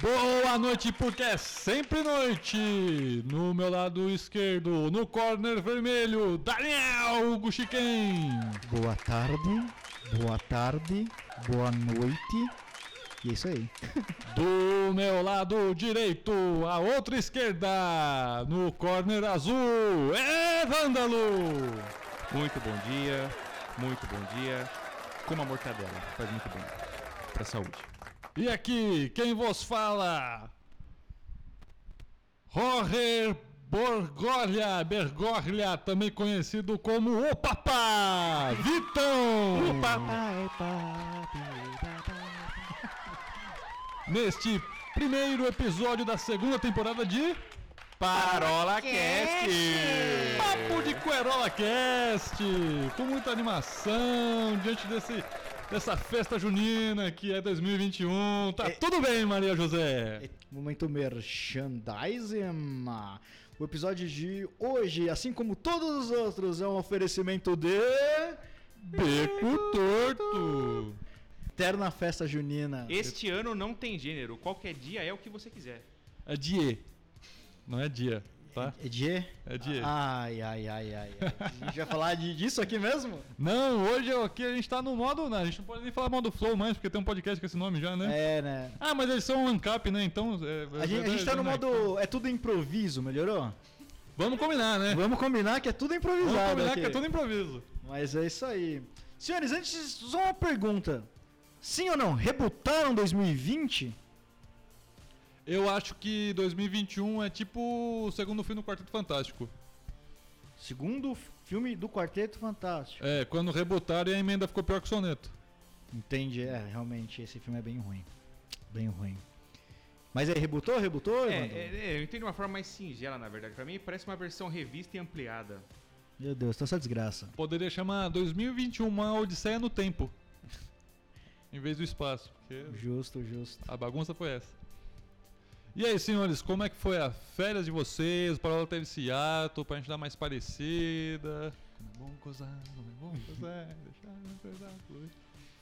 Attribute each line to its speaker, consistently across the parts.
Speaker 1: Boa noite, porque é sempre noite. No meu lado esquerdo, no corner vermelho, Daniel Guxiquem.
Speaker 2: Boa tarde, boa tarde, boa noite. E é isso aí.
Speaker 1: Do meu lado direito, a outra esquerda, no corner azul, é Vândalo.
Speaker 3: Muito bom dia, muito bom dia. Coma mortadela, faz muito bem pra saúde.
Speaker 1: E aqui, quem vos fala? Roger Borgolha, Bergolha, também conhecido como O Papá, Vitão! Neste primeiro episódio da segunda temporada de
Speaker 3: Parola Cast!
Speaker 1: Papo de Coerola Cast, com muita animação diante desse dessa festa junina que é 2021. Tá
Speaker 2: É-
Speaker 1: tudo bem, Maria José.
Speaker 2: Momento merchandising. O episódio de hoje, assim como todos os outros, é um oferecimento de.
Speaker 1: Beco torto.
Speaker 2: Terna Festa Junina.
Speaker 3: Este ano não tem gênero, qualquer dia é o que você quiser.
Speaker 1: É die. Não é dia, tá?
Speaker 2: É de?
Speaker 1: É de-
Speaker 2: Ai, ai, ai, ai. ai. A gente vai falar de- disso aqui mesmo?
Speaker 1: Não, hoje eu- aqui a gente tá no modo. Não, a gente não pode nem falar mal do Flow mais, porque tem um podcast com esse nome já, né?
Speaker 2: É, né?
Speaker 1: Ah, mas eles são um ANCAP, né? Então. é- né?
Speaker 2: A gente, a gente tá no modo. É tudo improviso, melhorou?
Speaker 1: Vamos combinar, né?
Speaker 2: Vamos combinar que é tudo improvisado.
Speaker 1: Vamos combinar
Speaker 2: aqui.
Speaker 1: que é tudo improviso.
Speaker 2: Mas é isso aí. Senhores, antes, só uma pergunta. Sim ou não? Rebutaram 2020?
Speaker 1: Eu acho que 2021 é tipo o segundo filme do Quarteto Fantástico.
Speaker 2: Segundo filme do Quarteto Fantástico.
Speaker 1: É, quando rebotaram e a emenda ficou pior que o soneto.
Speaker 2: Entendi, é, realmente, esse filme é bem ruim. Bem ruim. Mas aí, rebutou, rebutou,
Speaker 3: É,
Speaker 2: Evandro?
Speaker 3: é, é, eu entendo de uma forma mais singela, na verdade. Pra mim, parece uma versão revista e ampliada.
Speaker 2: Meu Deus, tá essa desgraça.
Speaker 1: Poderia chamar 2021 uma Odisseia no Tempo. em vez do espaço, porque
Speaker 2: Justo, justo.
Speaker 1: a bagunça foi essa. E aí, senhores, como é que foi a férias de vocês? Para ela teve esse ato, pra gente dar mais parecida. Como é bom gozar, como é bom gozar, deixar coisar fluir.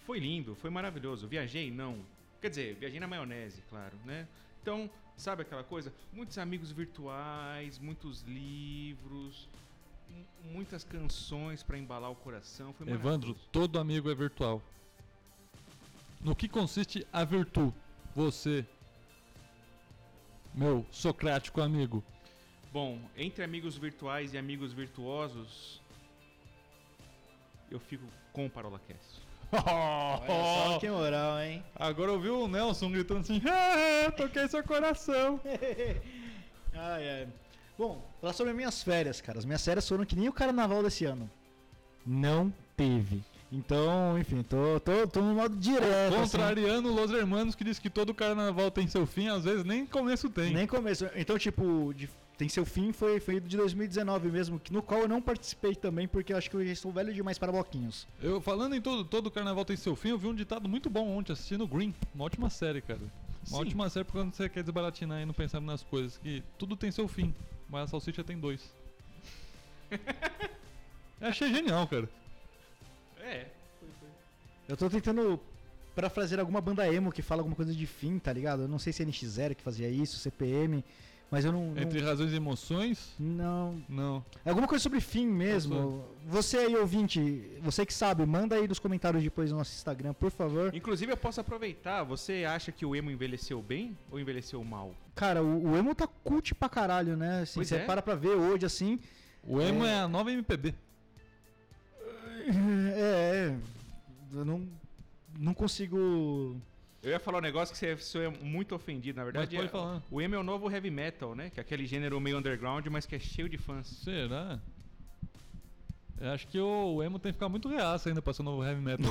Speaker 3: Foi lindo, foi maravilhoso. Viajei? Não. Quer dizer, viajei na maionese, claro, né? Então, sabe aquela coisa? Muitos amigos virtuais, muitos livros, mu- muitas canções pra embalar o coração. Foi
Speaker 1: Evandro,
Speaker 3: maravilhoso.
Speaker 1: todo amigo é virtual. No que consiste a virtude? Você, meu socrático amigo.
Speaker 3: Bom, entre amigos virtuais e amigos virtuosos, eu fico com o ParolaCast.
Speaker 2: Olha só que moral, hein?
Speaker 1: Agora ouviu o Nelson gritando assim: "Ah, toquei seu coração.
Speaker 2: Ai, ai. Bom, falar sobre minhas férias, cara. As minhas férias foram que nem o carnaval desse ano. Não teve. Então, enfim, tô, tô, tô no modo direto. assim.
Speaker 1: Contrariando Los Hermanos que diz que todo carnaval tem seu fim, às vezes nem começo tem.
Speaker 2: Nem começo. Então, tipo, de- tem seu fim foi, foi de 2019 mesmo, que- no qual eu não participei também, porque eu acho que eu já estou velho demais para bloquinhos.
Speaker 1: Eu falando em todo, todo carnaval tem seu fim, eu vi um ditado muito bom ontem assistindo Green. Uma ótima série, cara. Uma
Speaker 3: Sim.
Speaker 1: ótima série pra quando você quer desbaratinar e não pensar nas coisas. Que tudo tem seu fim, mas a salsicha tem dois. Eu achei genial, cara.
Speaker 3: É,
Speaker 2: Eu tô tentando parafrasear alguma banda emo que fala alguma coisa de fim, tá ligado? Eu não sei se é NX0 que fazia isso, CPM, mas eu não. não-
Speaker 1: Entre razões e emoções,
Speaker 2: Não.
Speaker 1: não.
Speaker 2: É alguma coisa sobre fim mesmo. Você aí, ouvinte, você que sabe, manda aí nos comentários depois no nosso Instagram, por favor.
Speaker 3: Inclusive, eu posso aproveitar. Você acha que o emo envelheceu bem ou envelheceu mal?
Speaker 2: Cara, o, o emo tá cult pra caralho, né? Assim,
Speaker 3: Pois
Speaker 2: você
Speaker 3: é.
Speaker 2: para pra ver hoje, assim.
Speaker 1: O emo é, a nova MPB.
Speaker 2: É, é. Eu não, não consigo.
Speaker 3: Eu ia falar um negócio que você, você é muito ofendido, na verdade.
Speaker 1: Mas pode
Speaker 3: é-
Speaker 1: falar.
Speaker 3: O emo é o novo heavy metal, né? Que é aquele gênero meio underground, mas que é cheio de fãs.
Speaker 1: Será? Eu acho que o, o emo tem que ficar muito reaça ainda pra ser o novo heavy metal.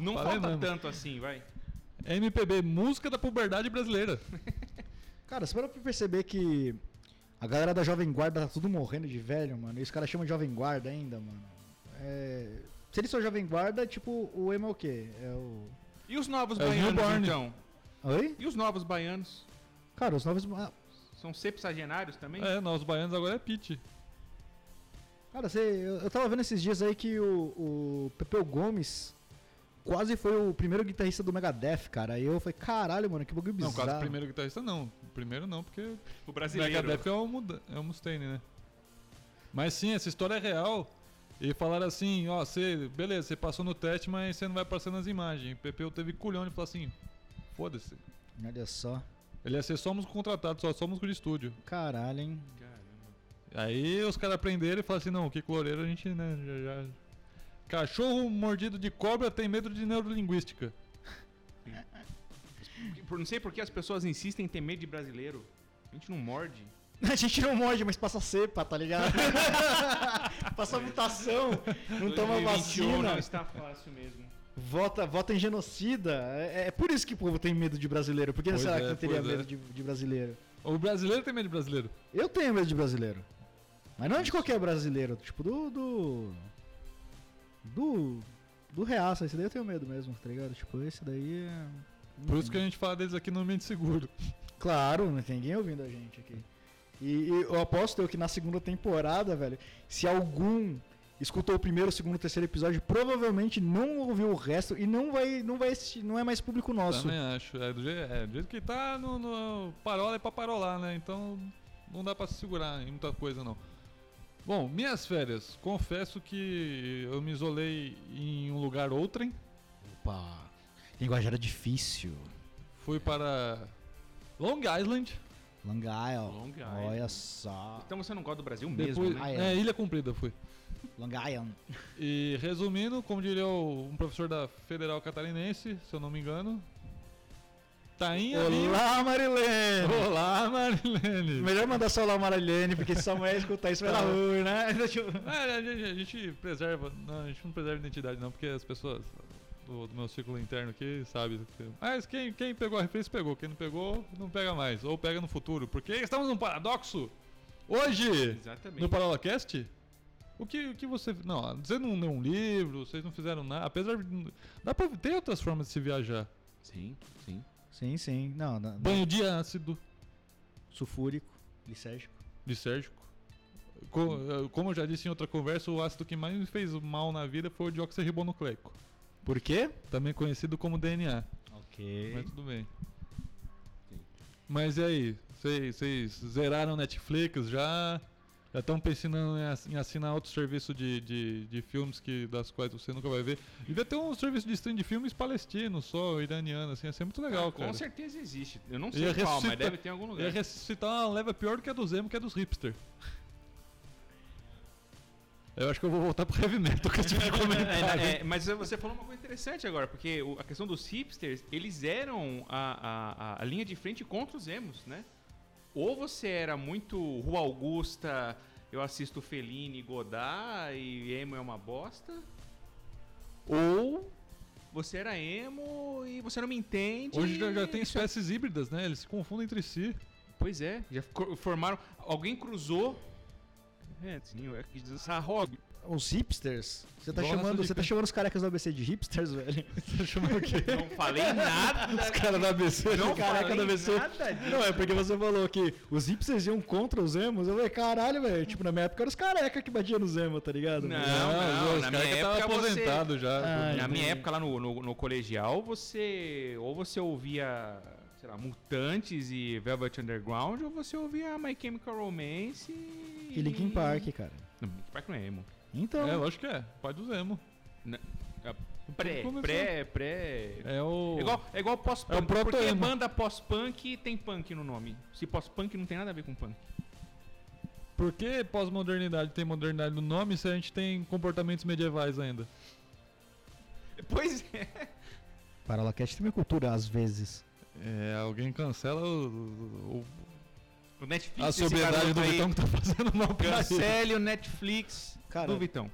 Speaker 3: Não
Speaker 1: Falei
Speaker 3: falta
Speaker 1: mesmo.
Speaker 3: tanto assim, vai.
Speaker 1: MPB, música da puberdade brasileira.
Speaker 2: Cara, você para pra perceber que a galera da Jovem Guarda tá tudo morrendo de velho, mano. E os caras chamam de Jovem Guarda ainda, mano. É, Se eles são Jovem Guarda, tipo, o emo é o quê? É o.
Speaker 3: E os novos
Speaker 1: É o
Speaker 3: baianos,
Speaker 1: newborn.
Speaker 3: então?
Speaker 2: Oi?
Speaker 3: E os novos baianos?
Speaker 2: Cara, os novos. ah,
Speaker 3: São sepsagenários também?
Speaker 1: é, nós baianos agora é Pete.
Speaker 2: Cara, você, eu, eu tava vendo esses dias aí que o, o Pepeu Gomes quase foi o primeiro guitarrista do Megadeth, cara. Aí eu falei, caralho, mano, que bagulho
Speaker 1: Não,
Speaker 2: bizarro.
Speaker 1: quase o primeiro guitarrista não. O primeiro não, porque
Speaker 3: O
Speaker 1: o
Speaker 3: brasileiro.
Speaker 1: Megadeth é o, Muda- é o Mustaine, né? Mas sim, essa história é real. E falaram assim, ó, você, beleza, você passou no teste, mas você não vai passar nas imagens. O Pepeu teve culhão de falar assim, foda-se.
Speaker 2: Olha só.
Speaker 1: Ele ia ser só músico contratado, só, só músico de estúdio.
Speaker 2: Caralho, hein?
Speaker 3: Caramba.
Speaker 1: Aí os caras prenderam e falaram assim, não, o Kiko Loureiro a gente, né, já, já- Cachorro mordido de cobra tem medo de neurolinguística.
Speaker 3: Por- Não sei por que as pessoas insistem em ter medo de brasileiro. A gente não morde.
Speaker 2: A gente não morde, mas passa cepa, tá ligado? passa mutação, não toma
Speaker 3: 2021
Speaker 2: vacina,
Speaker 1: né?
Speaker 3: Não está fácil mesmo.
Speaker 2: vota, vota em genocida. É, é por isso que o povo tem medo de brasileiro. Por que
Speaker 1: Pois
Speaker 2: será
Speaker 1: é,
Speaker 2: que eu teria
Speaker 1: pois é.
Speaker 2: medo de, de brasileiro?
Speaker 1: O brasileiro tem medo de brasileiro.
Speaker 2: Eu tenho medo de brasileiro. Mas não é de qualquer brasileiro, tipo do. Do. Do, do reaça, esse daí eu tenho medo mesmo, tá ligado? Tipo, esse daí é.
Speaker 1: Por isso que a gente fala deles aqui no ambiente seguro.
Speaker 2: Claro, não tem ninguém ouvindo a gente aqui. E, e eu aposto eu que na segunda temporada, velho, se algum escutou o primeiro, o segundo, o terceiro episódio, provavelmente não ouviu o resto e não vai, não vai assistir, não é mais público nosso.
Speaker 1: Também acho. É do, je- é, do jeito que tá, no, no- parola é pra parolar, né? Então não dá pra se segurar em muita coisa, não. Bom, minhas férias. Confesso que eu me isolei em um lugar outrem.
Speaker 2: Opa. Linguagem era difícil.
Speaker 1: Fui para Long Island.
Speaker 2: Long Isle.
Speaker 3: Long Island.
Speaker 2: Olha só.
Speaker 3: Então você não gosta do Brasil mesmo,
Speaker 1: Depois,
Speaker 3: né?
Speaker 2: Ah,
Speaker 1: é.
Speaker 2: é.
Speaker 1: Ilha Comprida fui.
Speaker 2: Long Island.
Speaker 1: E resumindo, como diria o- um professor da Federal Catarinense, se eu não me engano. Tainha Lima.
Speaker 2: Olá, Marilene!
Speaker 1: Olá Marilene!
Speaker 2: Melhor mandar só olá, Marilene, porque se sua mãe escutar isso vai dar
Speaker 1: Ah.
Speaker 2: ruim, né? Deixa eu-
Speaker 1: É, a gente, a gente preserva. Não, a gente não preserva identidade, não, porque as pessoas do, do meu círculo interno aqui sabem. que- Mas quem, quem pegou a referência, pegou. Quem não pegou, não pega mais. Ou pega no futuro. Porque estamos num paradoxo! Hoje,
Speaker 3: Exatamente.
Speaker 1: Ah, é. no Parolacast, o que, o que você. Não, você não leu um livro, vocês não fizeram nada. Apesar de. Dá pra ter outras formas de se viajar.
Speaker 3: Sim, sim.
Speaker 2: Sim, sim. Não, não, não.
Speaker 1: Banho de ácido,
Speaker 2: Sulfúrico, lisérgico.
Speaker 1: de sérgico. Co- eh, Como eu já disse em outra conversa, o ácido que mais me fez mal na vida foi o dióxido ribonucleico.
Speaker 2: Por quê?
Speaker 1: Também conhecido como DNA,
Speaker 2: Ok.
Speaker 1: mas tudo bem.
Speaker 3: Sim.
Speaker 1: Mas e aí? Vocês zeraram Netflix já? Já estão pensando em ass- em assinar outro serviço de, de, de filmes que, das quais você nunca vai ver? Devia ter um serviço de stream de filmes palestino, só iraniano, assim, ia ser muito legal,
Speaker 3: Ah, com
Speaker 1: cara.
Speaker 3: certeza existe. Eu não sei
Speaker 1: Ia
Speaker 3: qual,
Speaker 1: ressuscitar-
Speaker 3: mas deve ter em algum lugar.
Speaker 1: Ia ressuscitar uma leva pior do que a do Zemo, que é dos hipster. Eu acho que eu vou voltar pro heavy metal com esse tipo de comentário.
Speaker 3: É, é, mas você falou uma coisa interessante agora, porque o- a questão dos hipsters, eles eram a, a- a- a linha de frente contra os emos, né? Ou você era muito Rua Augusta, eu assisto Fellini, Godard e emo é uma bosta, ou você era emo e você não me entende.
Speaker 1: Hoje já, já tem
Speaker 3: Isso é-
Speaker 1: espécies híbridas, né? Eles se confundem entre si.
Speaker 3: Pois é, já co- formaram... Alguém cruzou... É, sim, eu quis dizer, essa roga.
Speaker 2: Os hipsters? Você tá,
Speaker 1: Gosto
Speaker 2: chamando,
Speaker 1: de
Speaker 2: você tá
Speaker 1: pe-
Speaker 2: chamando os carecas do ABC de hipsters, velho? Você tá chamando o quê?
Speaker 3: Não falei nada.
Speaker 2: Os caras do ABC,
Speaker 3: Não
Speaker 2: os carecas do
Speaker 3: falei
Speaker 2: ABC.
Speaker 3: nada disso.
Speaker 2: Não, é porque você falou que os hipsters iam contra os emos. Eu falei, caralho, velho. Tipo, na minha época eram os carecas que batiam nos emos, tá ligado?
Speaker 3: Não,
Speaker 1: os
Speaker 3: na
Speaker 1: caras
Speaker 3: minha
Speaker 1: que tava
Speaker 3: época você-
Speaker 1: aposentado já.
Speaker 2: Ah,
Speaker 3: Na
Speaker 2: entendi.
Speaker 3: minha época lá no, no, no colegial, você. Ou você ouvia, sei lá, Mutantes e Velvet Underground, ou você ouvia My Chemical Romance e.
Speaker 2: E Linkin Park, cara.
Speaker 3: Não, Linkin Park não é emo.
Speaker 2: Então,
Speaker 1: É, lógico que é. Pai do Zemo.
Speaker 3: Pré,
Speaker 1: começou.
Speaker 3: pré, pré. É.
Speaker 1: É o.
Speaker 3: igual, é igual
Speaker 1: É
Speaker 3: pós-punk.
Speaker 1: o proto-emo.
Speaker 3: porque banda pós-punk tem punk no nome. Se pós-punk não tem nada a ver com punk.
Speaker 1: Por que pós-modernidade tem modernidade no nome se a gente tem comportamentos medievais ainda?
Speaker 3: Pois é.
Speaker 2: Paralaquete tem minha cultura, às vezes.
Speaker 1: É, alguém cancela o. o-
Speaker 3: O Netflix.
Speaker 1: a
Speaker 3: esse
Speaker 1: sobriedade
Speaker 3: garoto
Speaker 1: do
Speaker 3: aí,
Speaker 1: Vitão que tá fazendo mal pra ele.
Speaker 3: Cancele o Netflix
Speaker 2: Cara,
Speaker 3: do Vitão.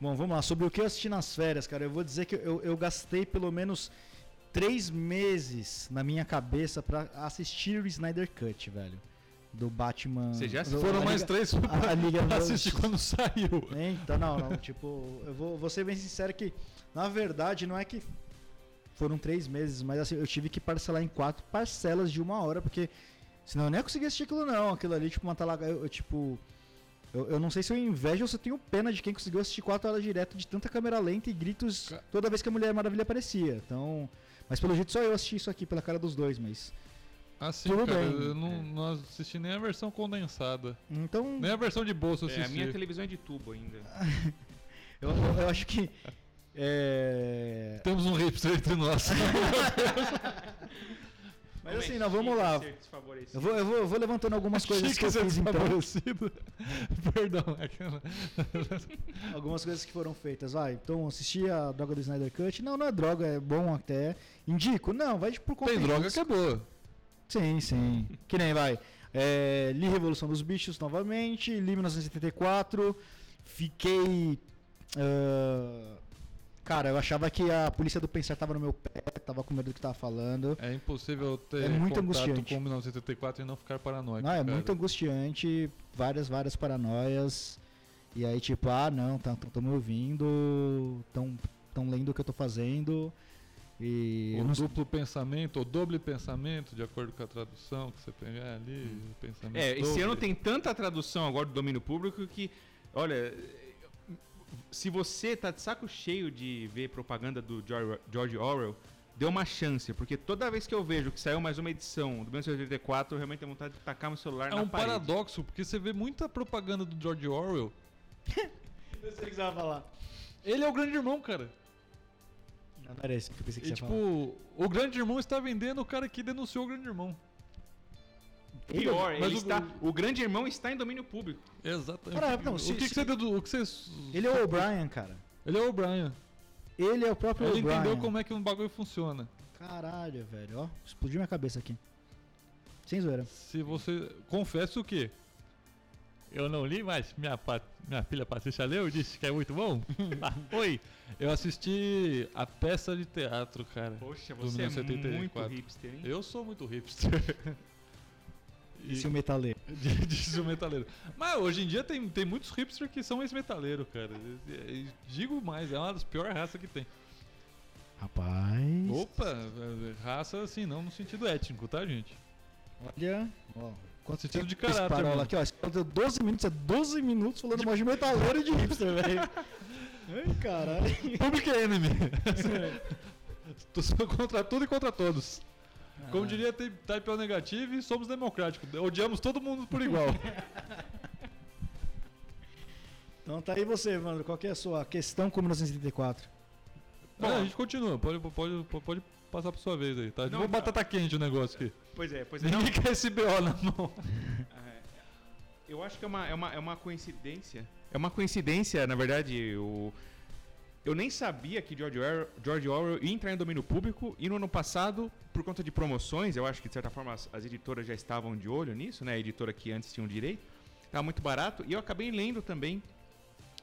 Speaker 2: Bom, vamos lá. Sobre o que eu assisti nas férias, cara, eu vou dizer que eu, eu gastei pelo menos três meses na minha cabeça pra assistir o Snyder Cut, velho. Do Batman.
Speaker 3: Você já
Speaker 2: do-
Speaker 1: Foram
Speaker 2: a
Speaker 1: mais
Speaker 2: Liga-
Speaker 1: três pra
Speaker 2: a, a Liga da
Speaker 1: assistir
Speaker 2: Justiça.
Speaker 1: quando saiu.
Speaker 2: Então, não, não. Tipo, eu vou, vou ser bem sincero que, na verdade, não é que foram três meses, mas assim, eu tive que parcelar em quatro parcelas de uma hora, porque senão eu nem ia conseguir assistir aquilo, não. Aquilo ali, tipo, uma talaga. Eu, eu, tipo. Eu, eu não sei se eu invejo ou se eu tenho pena de quem conseguiu assistir 4 horas direto de tanta câmera lenta e gritos
Speaker 1: Ca-
Speaker 2: toda vez que a Mulher Maravilha aparecia. Então. Mas pelo jeito só eu assisti isso aqui, pela cara dos dois, mas.
Speaker 1: Assim,
Speaker 2: Tudo
Speaker 1: cara,
Speaker 2: bem.
Speaker 1: eu não,
Speaker 3: É.
Speaker 1: não assisti nem a versão condensada.
Speaker 2: Então.
Speaker 1: Nem a versão de bolso eu
Speaker 3: É,
Speaker 1: assisti.
Speaker 3: a minha televisão é de tubo ainda.
Speaker 2: Eu, eu acho que. É.
Speaker 1: Temos um hipster entre nós.
Speaker 2: Mas
Speaker 3: Como
Speaker 2: assim,
Speaker 3: é
Speaker 2: nós vamos
Speaker 3: chique
Speaker 2: lá.
Speaker 3: ser desfavorecido.
Speaker 2: Eu vou, eu vou, eu vou levantando algumas coisas que eu
Speaker 1: Chique ser
Speaker 2: fiz então.
Speaker 1: desfavorecido. Perdão, é que eu não-
Speaker 2: Algumas coisas que foram feitas, vai. Então, assisti a droga do Snyder Cut. Não, não é droga, é bom até. Indico? Não, vai de- por conta
Speaker 1: Tem
Speaker 2: e
Speaker 1: droga que
Speaker 2: risco.
Speaker 1: é boa.
Speaker 2: Sim, sim. que nem vai. É, li Revolução dos Bichos novamente, li 1974. Fiquei. ah, cara, eu achava que a polícia do pensar tava no meu pé, tava com medo do que tava falando.
Speaker 1: É impossível ter
Speaker 2: É muito
Speaker 1: contato
Speaker 2: angustiante.
Speaker 1: com 1984 e não ficar paranoico.
Speaker 2: Não, é
Speaker 1: cara.
Speaker 2: muito angustiante, várias, várias paranoias. E aí, tipo, ah, não, estão tão, tão me ouvindo, estão tão lendo o que eu tô fazendo. E eu
Speaker 1: O
Speaker 2: não sei-
Speaker 1: duplo pensamento, ou doble pensamento, de acordo com a tradução que você pegar ali,
Speaker 2: Hum.
Speaker 1: o pensamento.
Speaker 3: É, esse ano
Speaker 1: doble.
Speaker 3: tem tanta tradução agora do domínio público que, olha, se você tá de saco cheio de ver propaganda do Geor- George Orwell, dê uma chance, porque toda vez que eu vejo que saiu mais uma edição do 1984, eu realmente tenho vontade de tacar meu celular
Speaker 1: É
Speaker 3: na
Speaker 1: um
Speaker 3: parede.
Speaker 1: paradoxo, porque você vê muita propaganda do George Orwell.
Speaker 2: Eu sei o que você vai falar.
Speaker 1: Ele é o grande irmão, cara.
Speaker 2: Não, não era isso que eu pensei
Speaker 1: E
Speaker 2: que você
Speaker 1: tipo,
Speaker 2: ia falar.
Speaker 1: o grande irmão está vendendo o cara que denunciou o grande irmão.
Speaker 2: é
Speaker 3: Pior,
Speaker 1: Mas
Speaker 3: ele
Speaker 1: o-
Speaker 3: está, o grande irmão está em domínio público.
Speaker 1: Exatamente.
Speaker 2: Cara, não,
Speaker 1: o,
Speaker 2: se-
Speaker 1: que que
Speaker 2: se-
Speaker 1: você dedu- o que você.
Speaker 2: Ele é o O'Brien, cara.
Speaker 1: Ele é o Brian.
Speaker 2: Ele é o próprio
Speaker 1: Ele
Speaker 2: O'Brien.
Speaker 1: entendeu como é que um bagulho funciona.
Speaker 2: Caralho, velho, ó. Explodiu minha cabeça aqui. Sem zoeira.
Speaker 1: Se você. Confesso o quê? Eu não li, mas minha, pa- minha filha Patrícia leu e disse que é muito bom. Ah, Oi! Eu assisti a peça de teatro, cara.
Speaker 3: Poxa,
Speaker 1: Do
Speaker 3: você é
Speaker 1: 1984.
Speaker 3: muito hipster, hein?
Speaker 1: Eu sou muito hipster. E-
Speaker 2: Esse o metaleiro.
Speaker 1: Disse o metaleiro. Mas hoje em dia tem, tem muitos hipsters que são ex-metaleiro, cara. E- e- e Digo mais, é uma das piores raças que tem.
Speaker 2: Rapaz.
Speaker 1: Opa, eh, raça assim, não no sentido étnico, tá, gente?
Speaker 2: Olha. Ó. Quanto
Speaker 1: Sentido
Speaker 2: tempo
Speaker 1: de
Speaker 2: esse
Speaker 1: caráter,
Speaker 2: parola
Speaker 1: mano.
Speaker 2: aqui, ó. Esse parola deu 12 minutos, é 12 minutos falando mais de metaleiro e de hipster, velho. Ai, caralho.
Speaker 1: Public Enemy! Tô sendo contra tudo e contra todos. Como diria tá Ty- Type O negativo, somos democráticos. Odiamos todo mundo por igual.
Speaker 2: Então tá aí você, Evandro. Qual que é a sua questão com 1974?
Speaker 1: Bom,
Speaker 3: Bom.
Speaker 1: a gente continua. Pode, pode, pode passar por sua vez aí, tá?
Speaker 3: Não,
Speaker 1: Vou
Speaker 3: tá.
Speaker 1: batata quente o negócio aqui.
Speaker 3: Pois é, pois é. Não,
Speaker 1: Ninguém quer esse BO na mão.
Speaker 3: É, Eu acho que é uma, é, uma, é uma coincidência. É uma coincidência, na verdade, o. Eu nem sabia que George Orwell, George Orwell ia entrar em domínio público e no ano passado, por conta de promoções, eu acho que de certa forma as, as editoras já estavam de olho nisso, né? A editora que antes tinha o direito, estava muito barato. E eu acabei lendo também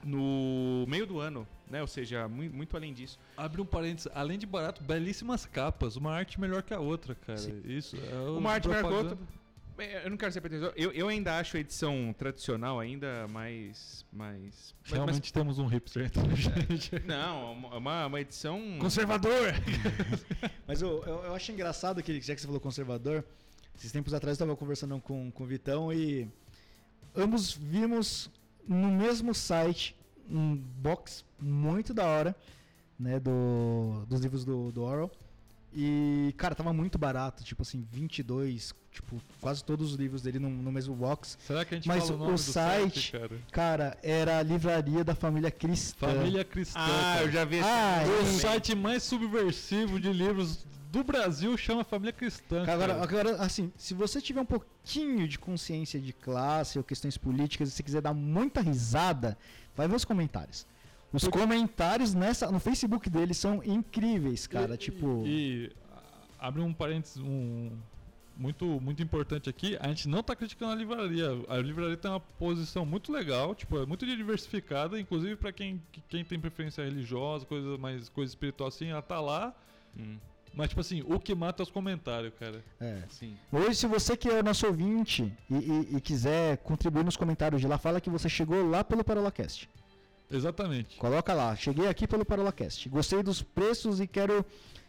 Speaker 3: no meio do ano, né? Ou seja, mui- muito além disso.
Speaker 1: Abre um parênteses, além de barato, belíssimas capas, uma arte melhor que a outra, cara.
Speaker 2: Sim.
Speaker 1: Isso. É
Speaker 3: Uma arte melhor que a outra.
Speaker 1: propaganda.
Speaker 3: Bem, Eu não quero ser pretensioso. Eu, eu ainda acho a edição tradicional ainda mais. mais mas- mas-
Speaker 1: Realmente temos um hipster entre a gente.
Speaker 3: Não, é uma, uma edição.
Speaker 1: Conservador!
Speaker 2: Mas eu, eu, eu acho engraçado que, já que você falou conservador, esses tempos atrás eu tava conversando com, com o Vitão e ambos vimos no mesmo site um box muito da hora, né, do, dos livros do, do Orwell. E, cara, tava muito barato, tipo assim, 22, tipo, quase todos os livros dele no, no mesmo box.
Speaker 1: Será que a gente
Speaker 2: Mas
Speaker 1: fala o
Speaker 2: o
Speaker 1: nome do
Speaker 2: site-
Speaker 1: cara?
Speaker 2: Cara, era a livraria da família cristã.
Speaker 1: Família Cristã.
Speaker 3: Ah,
Speaker 1: cara.
Speaker 3: eu já vi
Speaker 2: Ah,
Speaker 1: O
Speaker 2: Sim.
Speaker 1: site mais subversivo de livros do Brasil chama Família Cristã.
Speaker 2: Agora,
Speaker 1: cara.
Speaker 2: agora, assim, se você tiver um pouquinho de consciência de classe ou questões políticas, e se quiser dar muita risada, vai ver os comentários. Os comentários nessa, no Facebook deles são incríveis, cara.
Speaker 1: E-
Speaker 2: tipo.
Speaker 1: E a- abre um parênteses um, muito, muito importante aqui. A gente não tá criticando a livraria. A livraria tem uma posição muito legal, tipo, é muito diversificada, inclusive para quem, que- quem tem preferência religiosa, coisa mais coisa espiritual assim, ela tá lá.
Speaker 3: Hum.
Speaker 1: Mas, tipo assim, o que mata é os comentários, cara.
Speaker 2: é.
Speaker 3: Sim.
Speaker 2: Hoje, se você que é o nosso ouvinte e, e- e quiser contribuir nos comentários de lá, fala que você chegou lá pelo Parolacast.
Speaker 1: Exatamente.
Speaker 2: Coloca lá, cheguei aqui pelo Parolacast. Gostei dos preços e quero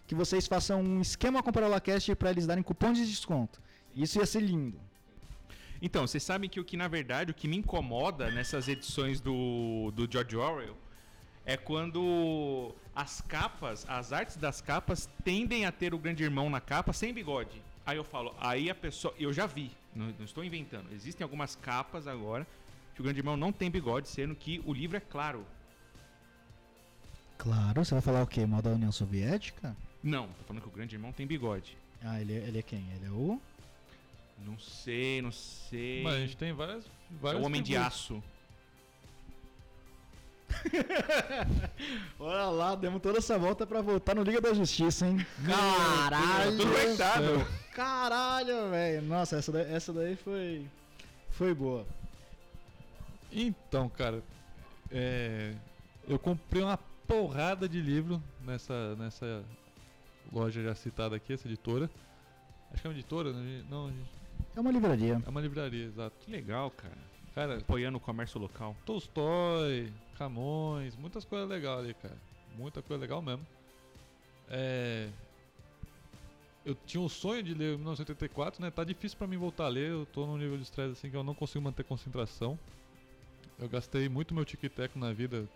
Speaker 2: que vocês façam um esquema com o Parolacast para eles darem cupons de desconto. Isso ia ser lindo.
Speaker 3: Então, vocês sabem que o que, na verdade, o que me incomoda nessas edições do, do George Orwell é quando as capas, as artes das capas, tendem a ter o grande irmão na capa sem bigode. Aí eu falo, aí a pessoa. Eu já vi, não, não estou inventando. Existem algumas capas agora que o grande irmão não tem bigode, sendo que o livro é claro.
Speaker 2: Claro, você vai falar o quê? Mal da União Soviética?
Speaker 3: Não, tô falando que o grande irmão tem bigode.
Speaker 2: Ah, ele, é- ele é quem? Ele é o.
Speaker 3: Não sei, não sei.
Speaker 1: Mas a gente tem várias.
Speaker 3: é
Speaker 1: várias
Speaker 3: o Homem de
Speaker 1: figuras.
Speaker 3: Aço.
Speaker 2: Olha lá, demos toda essa volta pra voltar no Liga da Justiça, hein? Caralho!
Speaker 3: Tudo coitado.
Speaker 2: Caralho, velho. Nossa, essa daí, essa daí foi. Foi boa.
Speaker 1: Então, cara, é, eu comprei uma porrada de livro nessa, nessa loja já citada aqui, essa editora. Acho que é uma editora, né? não, gente,
Speaker 2: É uma livraria.
Speaker 1: é uma livraria, exato.
Speaker 3: Que legal, cara. Tá
Speaker 1: Cara,
Speaker 3: Apoiando o comércio local.
Speaker 1: Tolstói, Camões, muitas coisas legais ali, cara. Muita coisa legal mesmo. É, Eu tinha um sonho de ler 1984, né? Tá difícil pra mim voltar a ler, eu tô num nível de estresse assim que eu não consigo manter concentração. Eu gastei muito meu tic-teco na vida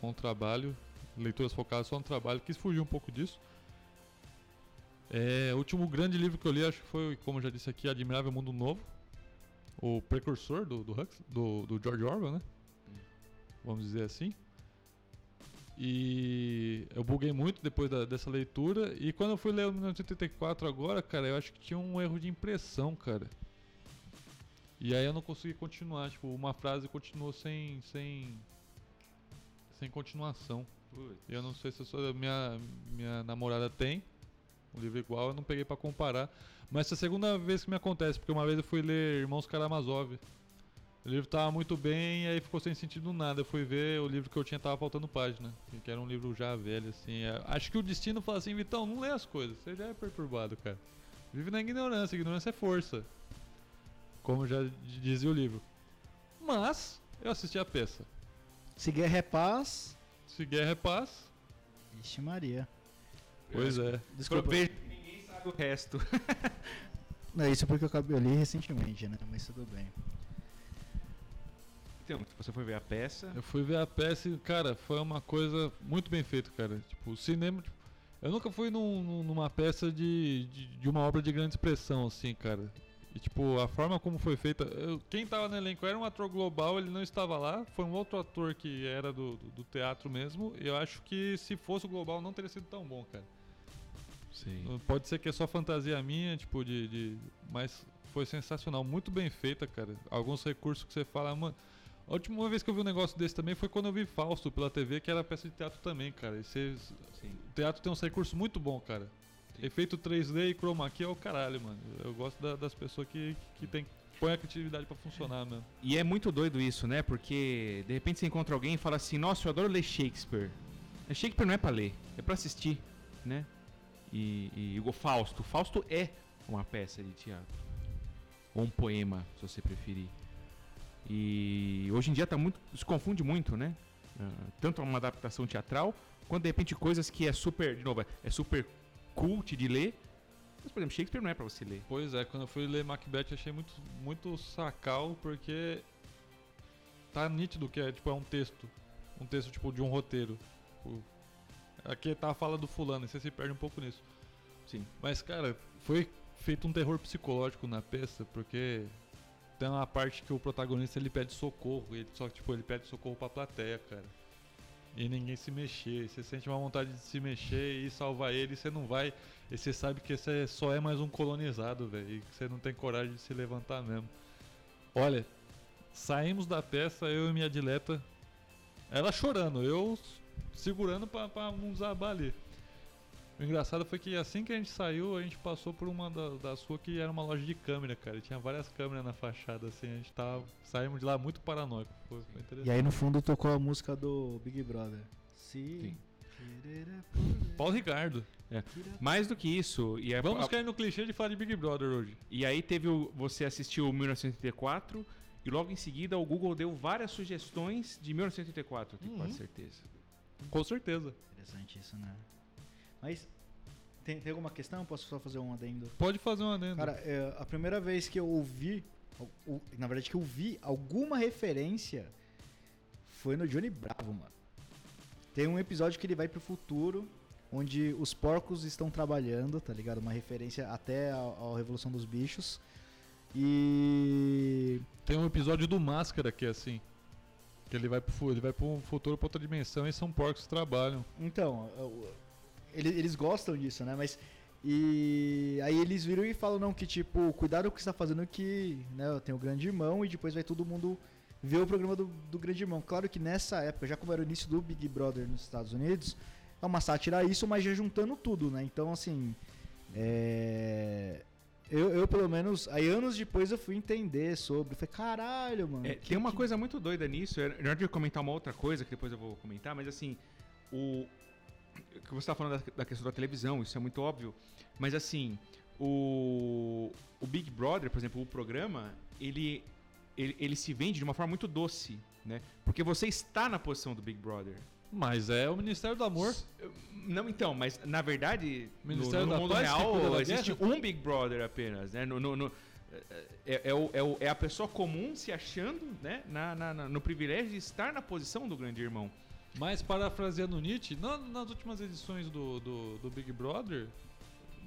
Speaker 1: com o trabalho, leituras focadas só no trabalho, quis fugir um pouco disso. É, o último grande livro que eu li, acho que foi, como eu já disse aqui, Admirável Mundo Novo. O precursor do, do, Hux, do, do George Orwell, né? Vamos dizer assim. E eu buguei muito depois da- dessa leitura. E quando eu fui ler o 1984 agora, cara, eu acho que tinha um erro de impressão, cara. E aí eu não consegui continuar. Tipo, uma frase continuou sem. sem. sem continuação. Eu não sei se eu sou, minha, minha namorada tem um livro igual, eu não peguei pra comparar. Mas essa é a segunda vez que me acontece, porque uma vez eu fui ler Irmãos Karamazov. O livro tava muito bem e aí ficou sem sentido nada. Eu fui ver o livro que eu tinha tava faltando página, que era um livro já velho assim. É, Acho que o destino fala assim, Vitão, não lê as coisas, você já é perturbado, cara. Vive na ignorância, ignorância é força. Como já d- dizia o livro. Mas eu assisti a peça.
Speaker 2: Se guerra é paz.
Speaker 1: Se guerra é paz,
Speaker 2: Ixi, Maria.
Speaker 1: pois é.
Speaker 2: Desculpa.
Speaker 3: Aproveita. Ninguém sabe o resto.
Speaker 2: Não, É isso porque eu acabei eu li recentemente, né? Mas tudo bem.
Speaker 3: Então, se você for ver a peça.
Speaker 1: Eu fui ver a peça e, cara, foi uma coisa muito bem feita, cara. Tipo, o cinema. tipo, eu nunca fui num- num- numa peça de, de, de uma obra de grande expressão, assim, cara. E, tipo, a forma como foi feita. eu- quem tava no elenco era um ator global, ele não estava lá. Foi um outro ator que era do, do, do teatro mesmo. E eu acho que se fosse o global não teria sido tão bom, cara.
Speaker 3: Sim.
Speaker 1: Pode ser que é só fantasia minha, tipo, de. de- mas foi sensacional, muito bem feita, cara. Alguns recursos que você fala, "Ah, mano. A última vez que eu vi um negócio desse também foi quando eu vi Fausto pela TV, que era peça de teatro também, cara. E cês- o teatro tem uns recursos muito bom, cara.
Speaker 3: Sim.
Speaker 1: Efeito 3D e chroma key é o caralho, mano. Eu gosto da- das pessoas que, que tem, põe a criatividade pra funcionar mesmo.
Speaker 3: E é muito doido isso, né? Porque de repente você encontra alguém e fala assim: Nossa, eu adoro ler Shakespeare. Mas Shakespeare não é pra ler, é pra assistir, né? E, e o Fausto. Fausto é uma peça de teatro. Ou um poema, se você preferir. E hoje em dia tá muito, se confunde muito, né? Ah, tanto uma adaptação teatral, quanto de repente coisas que é super, de novo, é- é super cult de ler. Mas, por exemplo, Shakespeare não é pra você ler.
Speaker 1: Pois é, quando eu fui ler Macbeth eu achei muito, muito sacal, porque tá nítido que é, tipo, é um texto. Um texto tipo de um roteiro. Tipo, aqui tá a fala do fulano, e você se perde um pouco nisso.
Speaker 3: Sim.
Speaker 1: Mas, cara, foi feito um terror psicológico na peça, porque tem uma parte que o protagonista ele pede socorro, e ele só tipo, ele pede socorro pra plateia, cara. E ninguém se mexer, você sente uma vontade de se mexer e salvar ele, e você não vai, e você sabe que você só é mais um colonizado, velho, e que você não tem coragem de se levantar mesmo. Olha, saímos da peça, eu e minha dileta, ela chorando, eu segurando pra, pra não desabar ali. O engraçado foi que assim que a gente saiu, a gente passou por uma da, das ruas que era uma loja de câmera, cara. E tinha várias câmeras na fachada, assim. A gente tava. Saímos de lá muito paranoico. Foi, foi
Speaker 2: E
Speaker 1: interessante.
Speaker 2: aí no fundo tocou a música do Big Brother. é Sim.
Speaker 1: Paulo Ricardo.
Speaker 3: Mais do que isso, e é
Speaker 1: Vamos
Speaker 3: a-
Speaker 1: cair no clichê de falar de Big Brother hoje.
Speaker 3: E aí teve o, você assistiu o 1984 e logo em seguida o Google deu várias sugestões de 1984, eu tenho
Speaker 1: Uhum.
Speaker 3: quase certeza.
Speaker 1: Com certeza.
Speaker 2: Interessante isso, né? Mas tem, tem alguma questão? Posso só fazer um adendo?
Speaker 1: Pode fazer um adendo.
Speaker 2: Cara, é, a primeira vez que eu ouvi o- o- na verdade, que eu vi alguma referência foi no Johnny Bravo, mano. Tem um episódio que ele vai pro futuro, onde os porcos estão trabalhando, tá ligado? Uma referência até ao- à Revolução dos Bichos. E
Speaker 1: Tem um episódio do Máscara que é assim. Que ele vai pro, fu- ele vai pro futuro pra outra dimensão e são porcos que trabalham.
Speaker 2: Então, eu- ele- eles gostam disso, né? Mas. E aí eles viram e falam, não, que tipo, cuidado com o que você tá fazendo que, né, eu tenho o grande irmão e depois vai todo mundo ver o programa do, do grande irmão. Claro que nessa época, já como era o início do Big Brother nos Estados Unidos, é uma sátira a isso, mas já juntando tudo, né? Então, assim, é... Eu, eu, pelo menos, aí anos depois eu fui entender sobre, falei, caralho, mano.
Speaker 3: É,
Speaker 2: que-
Speaker 3: tem uma
Speaker 2: que-
Speaker 3: coisa muito doida nisso. é, Na hora de eu comentar uma outra coisa, que depois eu vou comentar, mas assim, o. Que você tá falando da, da questão da televisão, isso é muito óbvio. Mas assim, o. O Big Brother, por exemplo, o programa, ele, ele, ele se vende de uma forma muito doce, né? Porque você está na posição do Big Brother.
Speaker 1: Mas é o Ministério do Amor.
Speaker 3: Não, então, mas na verdade, no,
Speaker 1: Ministério
Speaker 3: no
Speaker 1: da
Speaker 3: mundo
Speaker 1: Paz que cuida
Speaker 3: real
Speaker 1: da
Speaker 3: existe um Big Brother apenas, né? No, no- no- é, é o- é o- é a pessoa comum se achando, né? na- na- na- no privilégio de estar na posição do grande irmão.
Speaker 1: Mas parafraseando Nietzsche, na- nas últimas edições do, do, do Big Brother,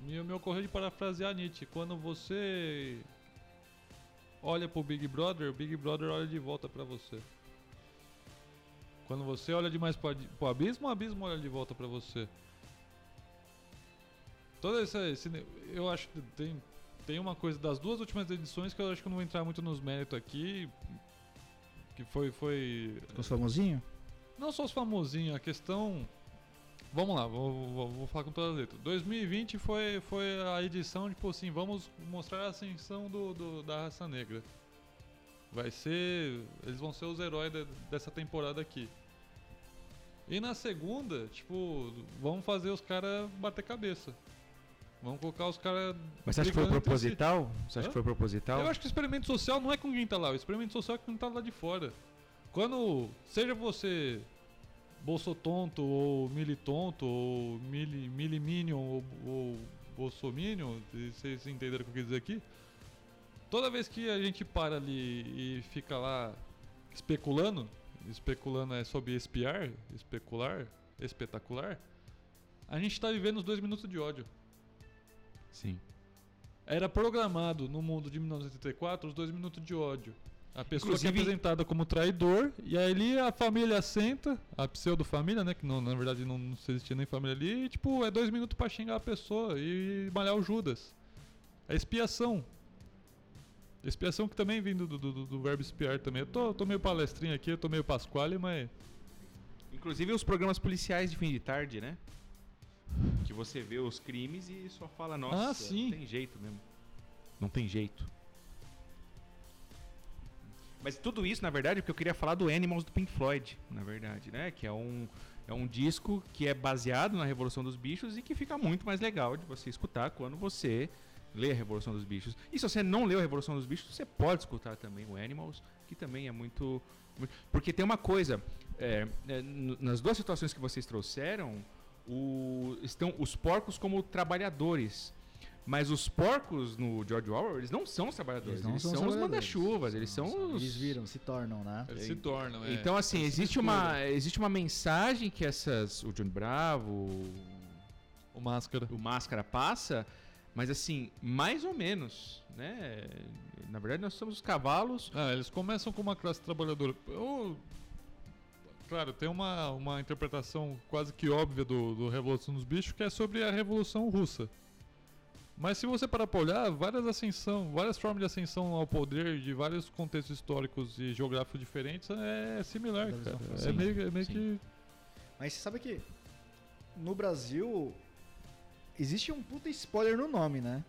Speaker 1: me, me ocorreu de parafrasear Nietzsche. Quando você olha pro Big Brother, o Big Brother olha de volta pra você. Quando você olha demais pro, ad- pro abismo, o abismo olha de volta pra você. Toda essa. esse ne- eu acho que tem, tem uma coisa das duas últimas edições que eu acho que eu não vou entrar muito nos méritos aqui. Que foi. foi
Speaker 2: Com os famosinhos?
Speaker 1: não só os famosinhos, a questão. Vamos lá, vou, vou- vou falar com todas as letras. 2020 foi, foi a edição, tipo assim, vamos mostrar a ascensão do, do- da raça negra. Vai ser. Eles vão ser os heróis de- dessa temporada aqui. E na segunda, tipo, vamos fazer os caras bater cabeça. Vamos colocar os caras.
Speaker 4: Mas você acha que foi
Speaker 1: brigando entre si.
Speaker 4: proposital? Você acha
Speaker 1: Hã?
Speaker 4: que foi proposital?
Speaker 1: Eu acho que o experimento social não é com quem tá lá, o experimento social é com quem tá lá de fora. Quando, seja você bolsotonto ou militonto ou mili, miliminion ou, ou bolsominion, se vocês entenderam o que eu quis dizer aqui, toda vez que a gente para ali e fica lá especulando, especulando é sobre espiar, especular, espetacular, a gente tá vivendo os dois minutos de ódio.
Speaker 4: Sim.
Speaker 1: Era programado no mundo de 1984 os dois minutos de ódio. A pessoa que é
Speaker 3: Inclusive-
Speaker 1: apresentada como traidor, e aí ali a família senta, a pseudo-família, né? Que não, na verdade não, não existia nem família ali, e tipo, é dois minutos pra xingar a pessoa e malhar o Judas. É expiação. Expiação que também vem do, do, do- do verbo espiar também. Eu tô, tô meio palestrinha aqui, eu tô meio pasquale, mas.
Speaker 3: Inclusive os programas policiais de fim de tarde, né? Que você vê os crimes e só fala, nossa,
Speaker 1: sim.
Speaker 3: não tem jeito mesmo. Não tem jeito. Mas tudo isso, na verdade, porque eu queria falar do Animals do Pink Floyd, na verdade, né? Que é um, é um disco que é baseado na Revolução dos Bichos e que fica muito mais legal de você escutar quando você lê a Revolução dos Bichos. E se você não leu a Revolução dos Bichos, você pode escutar também o Animals, que também é muito. mu- Porque tem uma coisa, é, é, n- nas duas situações que vocês trouxeram, o- estão os porcos como trabalhadores. Mas os porcos no George Orwell, eles não são os trabalhadores,
Speaker 2: Eles
Speaker 3: eles,
Speaker 2: não são
Speaker 3: são,
Speaker 2: os
Speaker 3: os
Speaker 2: trabalhadores.
Speaker 3: manda-chuvas, eles são os.
Speaker 2: Eles viram, se tornam, né?
Speaker 1: Eles se tornam, é.
Speaker 3: Então, assim,
Speaker 1: Eles se
Speaker 3: existe uma, existe uma mensagem que essas. O Johnny Bravo,
Speaker 1: O máscara.
Speaker 3: o, o Máscara passa, mas assim, mais ou menos, né? Na verdade, nós somos os cavalos.
Speaker 1: Ah, eles começam com uma classe trabalhadora. Eu- claro, tem uma, uma interpretação quase que óbvia do, do Revolução dos Bichos, que é sobre a Revolução Russa. Mas se você parar pra olhar, várias ascensão, várias formas de ascensão ao poder de vários contextos históricos e geográficos diferentes é similar,
Speaker 2: Da
Speaker 1: cara.
Speaker 2: mesma
Speaker 1: é
Speaker 3: forma.
Speaker 1: meio, é meio
Speaker 3: Sim.
Speaker 1: que.
Speaker 2: Mas você sabe que no Brasil existe um puta spoiler no nome, né?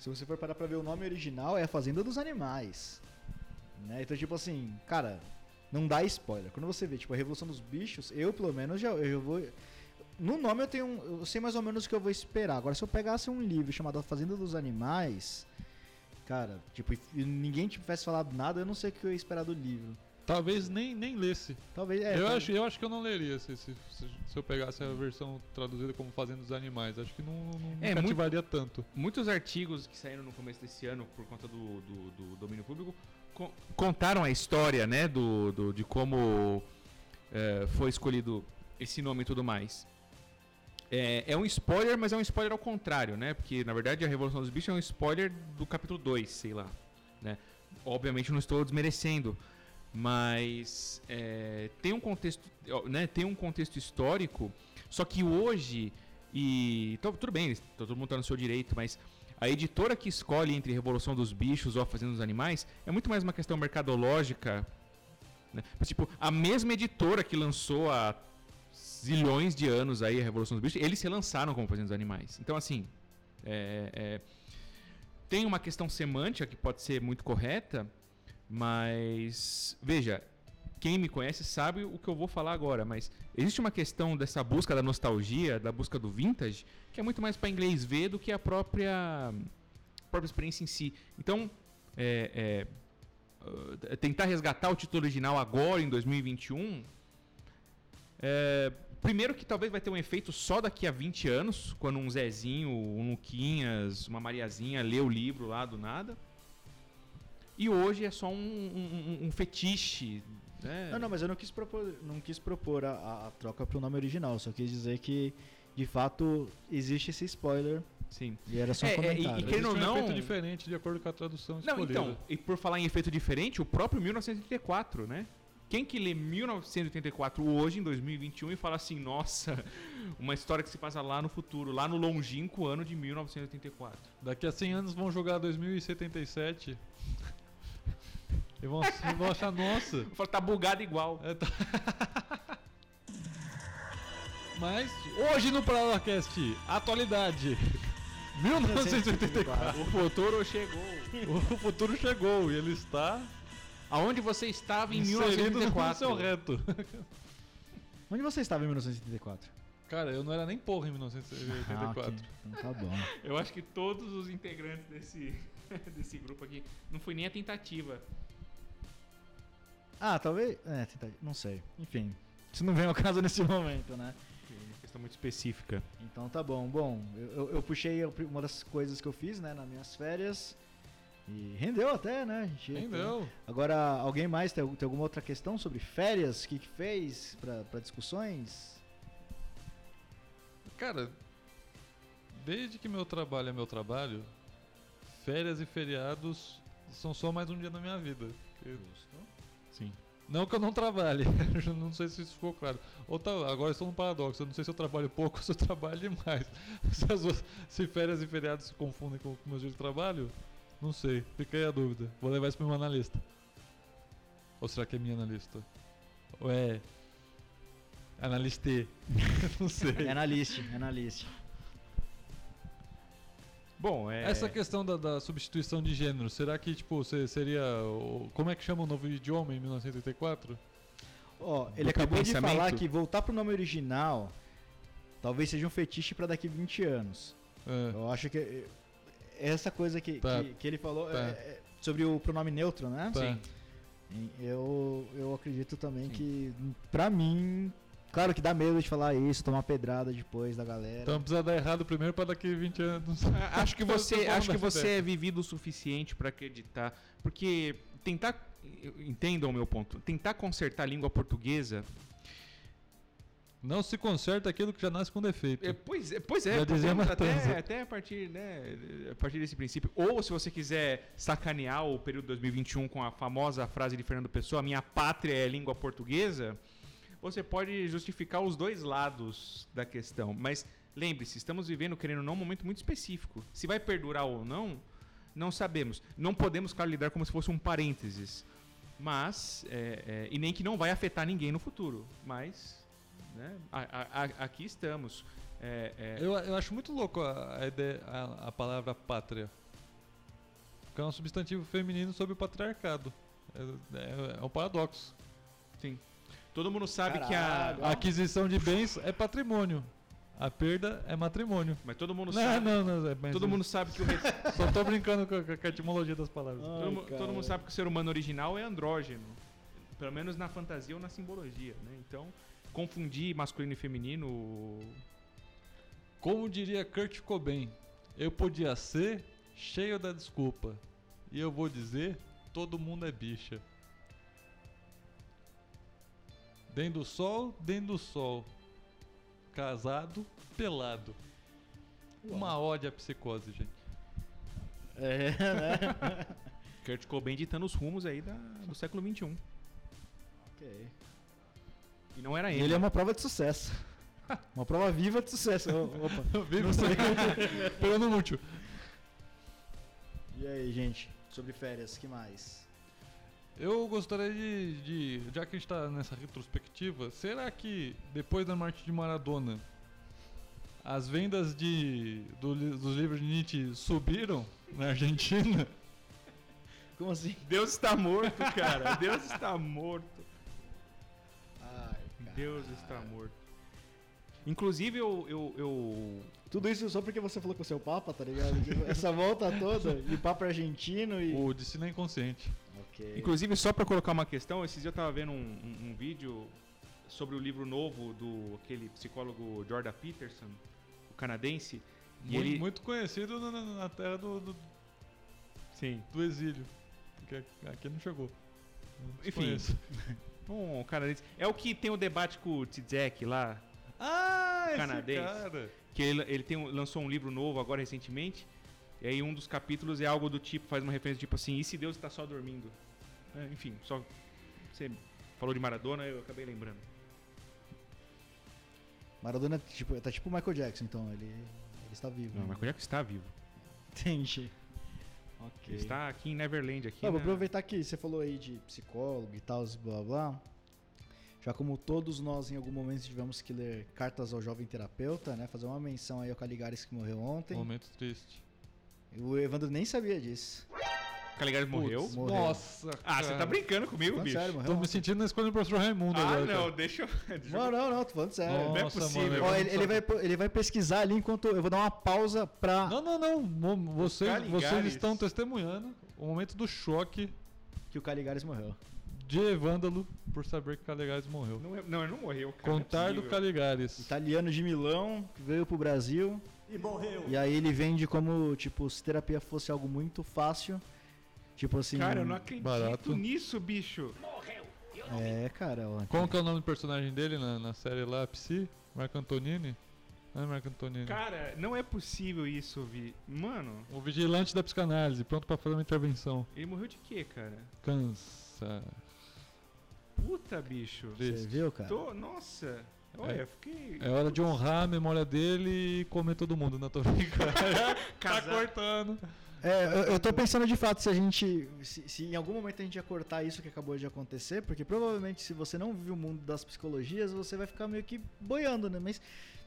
Speaker 2: Se você for parar pra ver o nome original, é a Fazenda dos Animais. Né? Então, tipo assim, cara, não dá spoiler. Quando você vê, tipo, a Revolução dos Bichos, eu pelo menos já eu já vou. No nome eu tenho. um- Eu sei mais ou menos o que eu vou esperar. Agora, se eu pegasse um livro chamado A Fazenda dos Animais, cara, tipo, e e ninguém tivesse falado nada, eu não sei o que eu ia esperar do livro.
Speaker 1: Talvez nem, nem lesse.
Speaker 2: Talvez. É,
Speaker 1: eu,
Speaker 2: tal-
Speaker 1: acho, eu acho que eu não leria se, se, se- se eu pegasse a versão traduzida como Fazendo dos Animais. Acho que não, não
Speaker 3: É, muito-
Speaker 1: cativaria tanto.
Speaker 3: Muitos artigos que saíram no começo desse ano por conta do, do- do domínio público con- contaram a história, né, do, do- de como é, foi escolhido esse nome e tudo mais. É, é um spoiler, mas é um spoiler ao contrário, né? Porque, na verdade, a Revolução dos Bichos é um spoiler do capítulo 2, sei lá. Né? Obviamente eu não estou desmerecendo, mas é, tem um contexto, ó, né? Tem um contexto histórico, só que hoje e então, tudo bem, eles- todo mundo tá no seu direito, mas a editora que escolhe entre Revolução dos Bichos ou Fazenda dos Animais é muito mais uma questão mercadológica. né? Mas, tipo, a mesma editora que lançou há zilhões de anos aí a Revolução dos Bichos, eles se lançaram como Fazenda dos Animais. Então, assim, é- é- tem uma questão semântica que pode ser muito correta, mas veja, quem me conhece sabe o que eu vou falar agora, mas existe uma questão dessa busca da nostalgia, da busca do vintage, que é muito mais para inglês ver do que a própria, a própria experiência em si. Então, é, é, uh, tentar resgatar o título original agora, em 2021, é, primeiro que talvez vai ter um efeito só daqui a 20 anos, quando um Zezinho, um Luquinhas, uma Mariazinha lê o livro lá do nada. E hoje é só um, um- um- um fetiche. Né?
Speaker 2: Não, não, mas eu não quis propor, não quis propor a- a, a troca pro nome original, só quis dizer que, de fato, existe esse spoiler
Speaker 3: Sim.
Speaker 2: e era só um
Speaker 3: É, é, e- e
Speaker 2: comentário.
Speaker 3: que- Querendo
Speaker 1: Existe
Speaker 3: ou
Speaker 1: um efeito
Speaker 3: não-
Speaker 1: diferente de acordo com a tradução
Speaker 3: Não,
Speaker 1: escolhida.
Speaker 3: então, e por falar em efeito diferente, o próprio 1984, né? Quem que lê 1984 hoje, em 2021, e fala assim, nossa, uma história que se passa lá no futuro, lá no longínquo ano de 1984.
Speaker 1: Daqui a 100 anos vão jogar 2077 e vão, e vão achar nossa.
Speaker 3: Fala, tá bugado igual.
Speaker 1: É, tá- Mas hoje no Paralacast, atualidade. 1984.
Speaker 3: O futuro chegou.
Speaker 1: o futuro chegou e ele está
Speaker 3: Aonde você estava em
Speaker 1: inserido no
Speaker 3: 1984?
Speaker 1: seu reto.
Speaker 2: Onde você estava em 1984?
Speaker 1: Cara, eu não era nem porra em
Speaker 2: Ah,
Speaker 1: 1984.
Speaker 2: ok. Então tá bom.
Speaker 3: Eu acho que todos os integrantes desse, desse grupo aqui, não foi nem a tentativa.
Speaker 2: Ah, talvez. É, tenta- não sei. Enfim, isso não vem ao caso nesse momento, né?
Speaker 3: Uma questão muito específica.
Speaker 2: Então tá bom. Bom, eu, eu- eu puxei a pri- uma das coisas que eu fiz, né, nas minhas férias. E rendeu até, né? A gente-
Speaker 1: Nem não.
Speaker 2: Agora, alguém mais tem, tem alguma outra questão sobre férias? O que, que fez pra pra discussões?
Speaker 1: Cara, desde que meu trabalho é meu trabalho, férias e feriados são só mais um dia da minha vida. Eu-
Speaker 4: Sim.
Speaker 1: Não que eu não trabalhe, eu não sei se isso ficou claro. Ou tá, agora eu estou num paradoxo, eu não sei se eu trabalho pouco ou se eu trabalho demais. Se, as duas- se férias e feriados se confundem com o meu dia de trabalho, não sei, fica aí a dúvida. Vou levar isso para meu analista. Ou será que é minha analista? Ou é. Analistê. não sei.
Speaker 2: É analista, é analista.
Speaker 3: Bom, é...
Speaker 1: Essa questão da, da substituição de gênero, será que tipo se- seria o- como é que chama o novo idioma em 1984?
Speaker 2: Ó, ele
Speaker 3: Do
Speaker 2: acabou de
Speaker 3: pensamento?
Speaker 2: falar que voltar pro nome original talvez seja um fetiche pra daqui 20 anos.
Speaker 1: É.
Speaker 2: Eu acho que eh, essa coisa que,
Speaker 1: Tá.
Speaker 2: que, que ele falou
Speaker 1: Tá.
Speaker 2: é- é sobre o pronome neutro, né?
Speaker 1: Tá.
Speaker 3: Sim.
Speaker 2: Em- Eu, eu acredito também
Speaker 3: Sim.
Speaker 2: que, pra mim, claro que dá medo de falar isso, tomar pedrada depois da galera.
Speaker 1: Então precisa dar errado primeiro para daqui 20 anos.
Speaker 3: A- Acho que
Speaker 1: Eu tô
Speaker 3: você,
Speaker 1: bom
Speaker 3: acho que
Speaker 1: nessa
Speaker 3: você é vivido o suficiente pra acreditar, porque tentar, entendam o meu ponto, tentar consertar a língua portuguesa,
Speaker 1: Não se conserta aquilo que já nasce com defeito.
Speaker 3: é, pois é, pois é
Speaker 1: Já
Speaker 3: porque
Speaker 1: dizia
Speaker 3: até,
Speaker 1: Matanza.
Speaker 3: até a partir, né, a partir desse princípio, ou se você quiser sacanear o período 2021 com a famosa frase de Fernando Pessoa, "A minha pátria é a língua portuguesa, você pode justificar os dois lados da questão, mas lembre-se, estamos vivendo, querendo ou não, um momento muito específico. Se vai perdurar ou não, não sabemos. Não podemos, claro, lidar como se fosse um parênteses. Mas, é, é, e nem que não vai afetar ninguém no futuro. Mas, né, a- a- a- aqui estamos. É, é,
Speaker 1: Eu, eu acho muito louco a, a ideia, a, a palavra pátria. Porque é um substantivo feminino sobre o patriarcado. É, é- é um paradoxo.
Speaker 3: todo mundo sabe que
Speaker 2: Caralho.
Speaker 3: a.
Speaker 1: A aquisição de bens é patrimônio. A perda é matrimônio.
Speaker 3: Mas todo mundo
Speaker 1: Não,
Speaker 3: sabe.
Speaker 1: não, não, é, mas
Speaker 3: Todo mundo sabe que o re-
Speaker 1: Só tô brincando com a, com a etimologia das palavras.
Speaker 2: Ah.
Speaker 3: todo,
Speaker 2: Ai,
Speaker 3: mu- todo
Speaker 2: cara.
Speaker 3: mundo sabe que o ser humano original é andrógeno. Pelo menos na fantasia ou na simbologia, né? Então, confundir masculino e feminino.
Speaker 1: Como diria Kurt Cobain, eu podia ser cheio da desculpa. E eu vou dizer, todo mundo é bicha. Dentro do sol, dentro do sol. Casado, pelado. Uma ode à psicose, gente.
Speaker 2: É, né?
Speaker 3: Kurt Cobain ditando os rumos aí da- do século XXI.
Speaker 2: ok.
Speaker 3: E não era
Speaker 2: E
Speaker 3: ele. né?
Speaker 2: ele é uma prova de sucesso. Uma prova viva de sucesso. O- Opa. Não sei.
Speaker 1: Pelo no último.
Speaker 2: E aí, gente? Sobre férias, que mais?
Speaker 1: Eu gostaria de, de- Já que a gente tá nessa retrospectiva, será que depois da morte de Maradona, as vendas de, do li- dos livros de Nietzsche subiram na Argentina?
Speaker 2: Como assim?
Speaker 3: Deus está morto, cara. Deus está morto.
Speaker 2: Ai, cara.
Speaker 3: Deus está morto. Inclusive, eu. eu, eu-
Speaker 2: Tudo isso só porque você falou com o seu Papa, tá ligado? Tipo, Essa volta toda, e Papa é argentino e.
Speaker 1: O destino é inconsciente.
Speaker 2: Ok.
Speaker 3: Inclusive, só pra colocar uma questão, esses dias eu tava vendo um, um- um vídeo sobre o livro novo do aquele psicólogo Jordan Peterson, o canadense. E
Speaker 1: Muito,
Speaker 3: ele-
Speaker 1: muito conhecido na, na- na terra do, do,
Speaker 3: Sim.
Speaker 1: do exílio. Porque aqui não chegou. Não
Speaker 3: Enfim.
Speaker 1: desconheço.
Speaker 3: Um canadense. É o que tem o debate com o Tzek lá,
Speaker 1: Ah, esse
Speaker 3: Canadense.
Speaker 1: cara!
Speaker 3: que ele, ele tem um- lançou um livro novo agora recentemente. E aí um dos capítulos é algo do tipo, faz uma referência tipo assim, e se Deus está só dormindo? É, enfim, só você falou de Maradona, eu acabei lembrando.
Speaker 2: Maradona tipo, tá tipo o Michael Jackson, então. Ele, ele está vivo.
Speaker 3: Não, mas Jackson está vivo.
Speaker 2: Entendi. Ok.
Speaker 3: Ele está aqui em Neverland aqui.
Speaker 2: Ah, vou
Speaker 3: na-
Speaker 2: aproveitar que você falou aí de psicólogo e tal, blá blá, blá. Já como todos nós em algum momento tivemos que ler cartas ao jovem terapeuta, né? Fazer uma menção aí ao Caligares que morreu ontem.
Speaker 1: Momento triste.
Speaker 2: O Evandro nem sabia disso.
Speaker 3: Caligari morreu.
Speaker 1: Putz,
Speaker 2: Morreu.
Speaker 1: Nossa,
Speaker 3: Ah, você tá
Speaker 1: cara.
Speaker 3: brincando comigo,
Speaker 2: Falando
Speaker 3: bicho?
Speaker 2: sério, morreu
Speaker 1: Tô me
Speaker 2: ontem.
Speaker 1: sentindo na escola do professor Raimundo
Speaker 3: Ah,
Speaker 1: agora. tá-
Speaker 3: não,
Speaker 1: cara.
Speaker 3: deixa eu.
Speaker 2: Não, não, não, tô falando sério.
Speaker 1: Nossa,
Speaker 3: é possível.
Speaker 1: mano, eu
Speaker 2: Ó,
Speaker 1: não
Speaker 2: ele, ele
Speaker 1: sabia.
Speaker 2: vai, po- ele vai pesquisar ali enquanto eu vou dar uma pausa pra.
Speaker 1: Não, não, não. Mo- Vocês,
Speaker 3: Caligares.
Speaker 1: vocês estão testemunhando o momento do choque
Speaker 2: Que o Caligares morreu.
Speaker 1: de Evândalo por saber que Caligares morreu.
Speaker 3: Não, é- não, ele não morreu. Cara, não
Speaker 1: Contar
Speaker 3: é
Speaker 1: do
Speaker 3: possível.
Speaker 1: Caligares.
Speaker 2: Italiano de Milão, que veio pro Brasil.
Speaker 5: E morreu.
Speaker 2: E aí ele vende como, tipo, se terapia fosse algo muito fácil. Tipo assim.
Speaker 3: Cara, eu não acredito
Speaker 1: Barato.
Speaker 3: nisso, bicho.
Speaker 2: É, cara. ó.
Speaker 1: Como que é o nome do personagem dele na, na série lá, Psy? Marco Antonini? Não é Marco Antonini.
Speaker 3: Cara, não é possível isso, Vi. Mano,
Speaker 1: O vigilante da psicanálise, pronto pra fazer uma intervenção.
Speaker 3: ele morreu de quê, cara?
Speaker 1: Cansa.
Speaker 3: Puta, bicho.
Speaker 2: Você viu, cara?
Speaker 3: Tô, nossa. Olha,
Speaker 1: É.
Speaker 3: fiquei.
Speaker 1: É hora de honrar a memória dele e comer todo mundo na tua brincando. tá
Speaker 3: Casar.
Speaker 1: cortando.
Speaker 2: É, eu, eu tô pensando de fato se a gente. Se, se em algum momento a gente ia cortar isso que acabou de acontecer, porque provavelmente se você não vive o mundo das psicologias, você vai ficar meio que boiando, né? Mas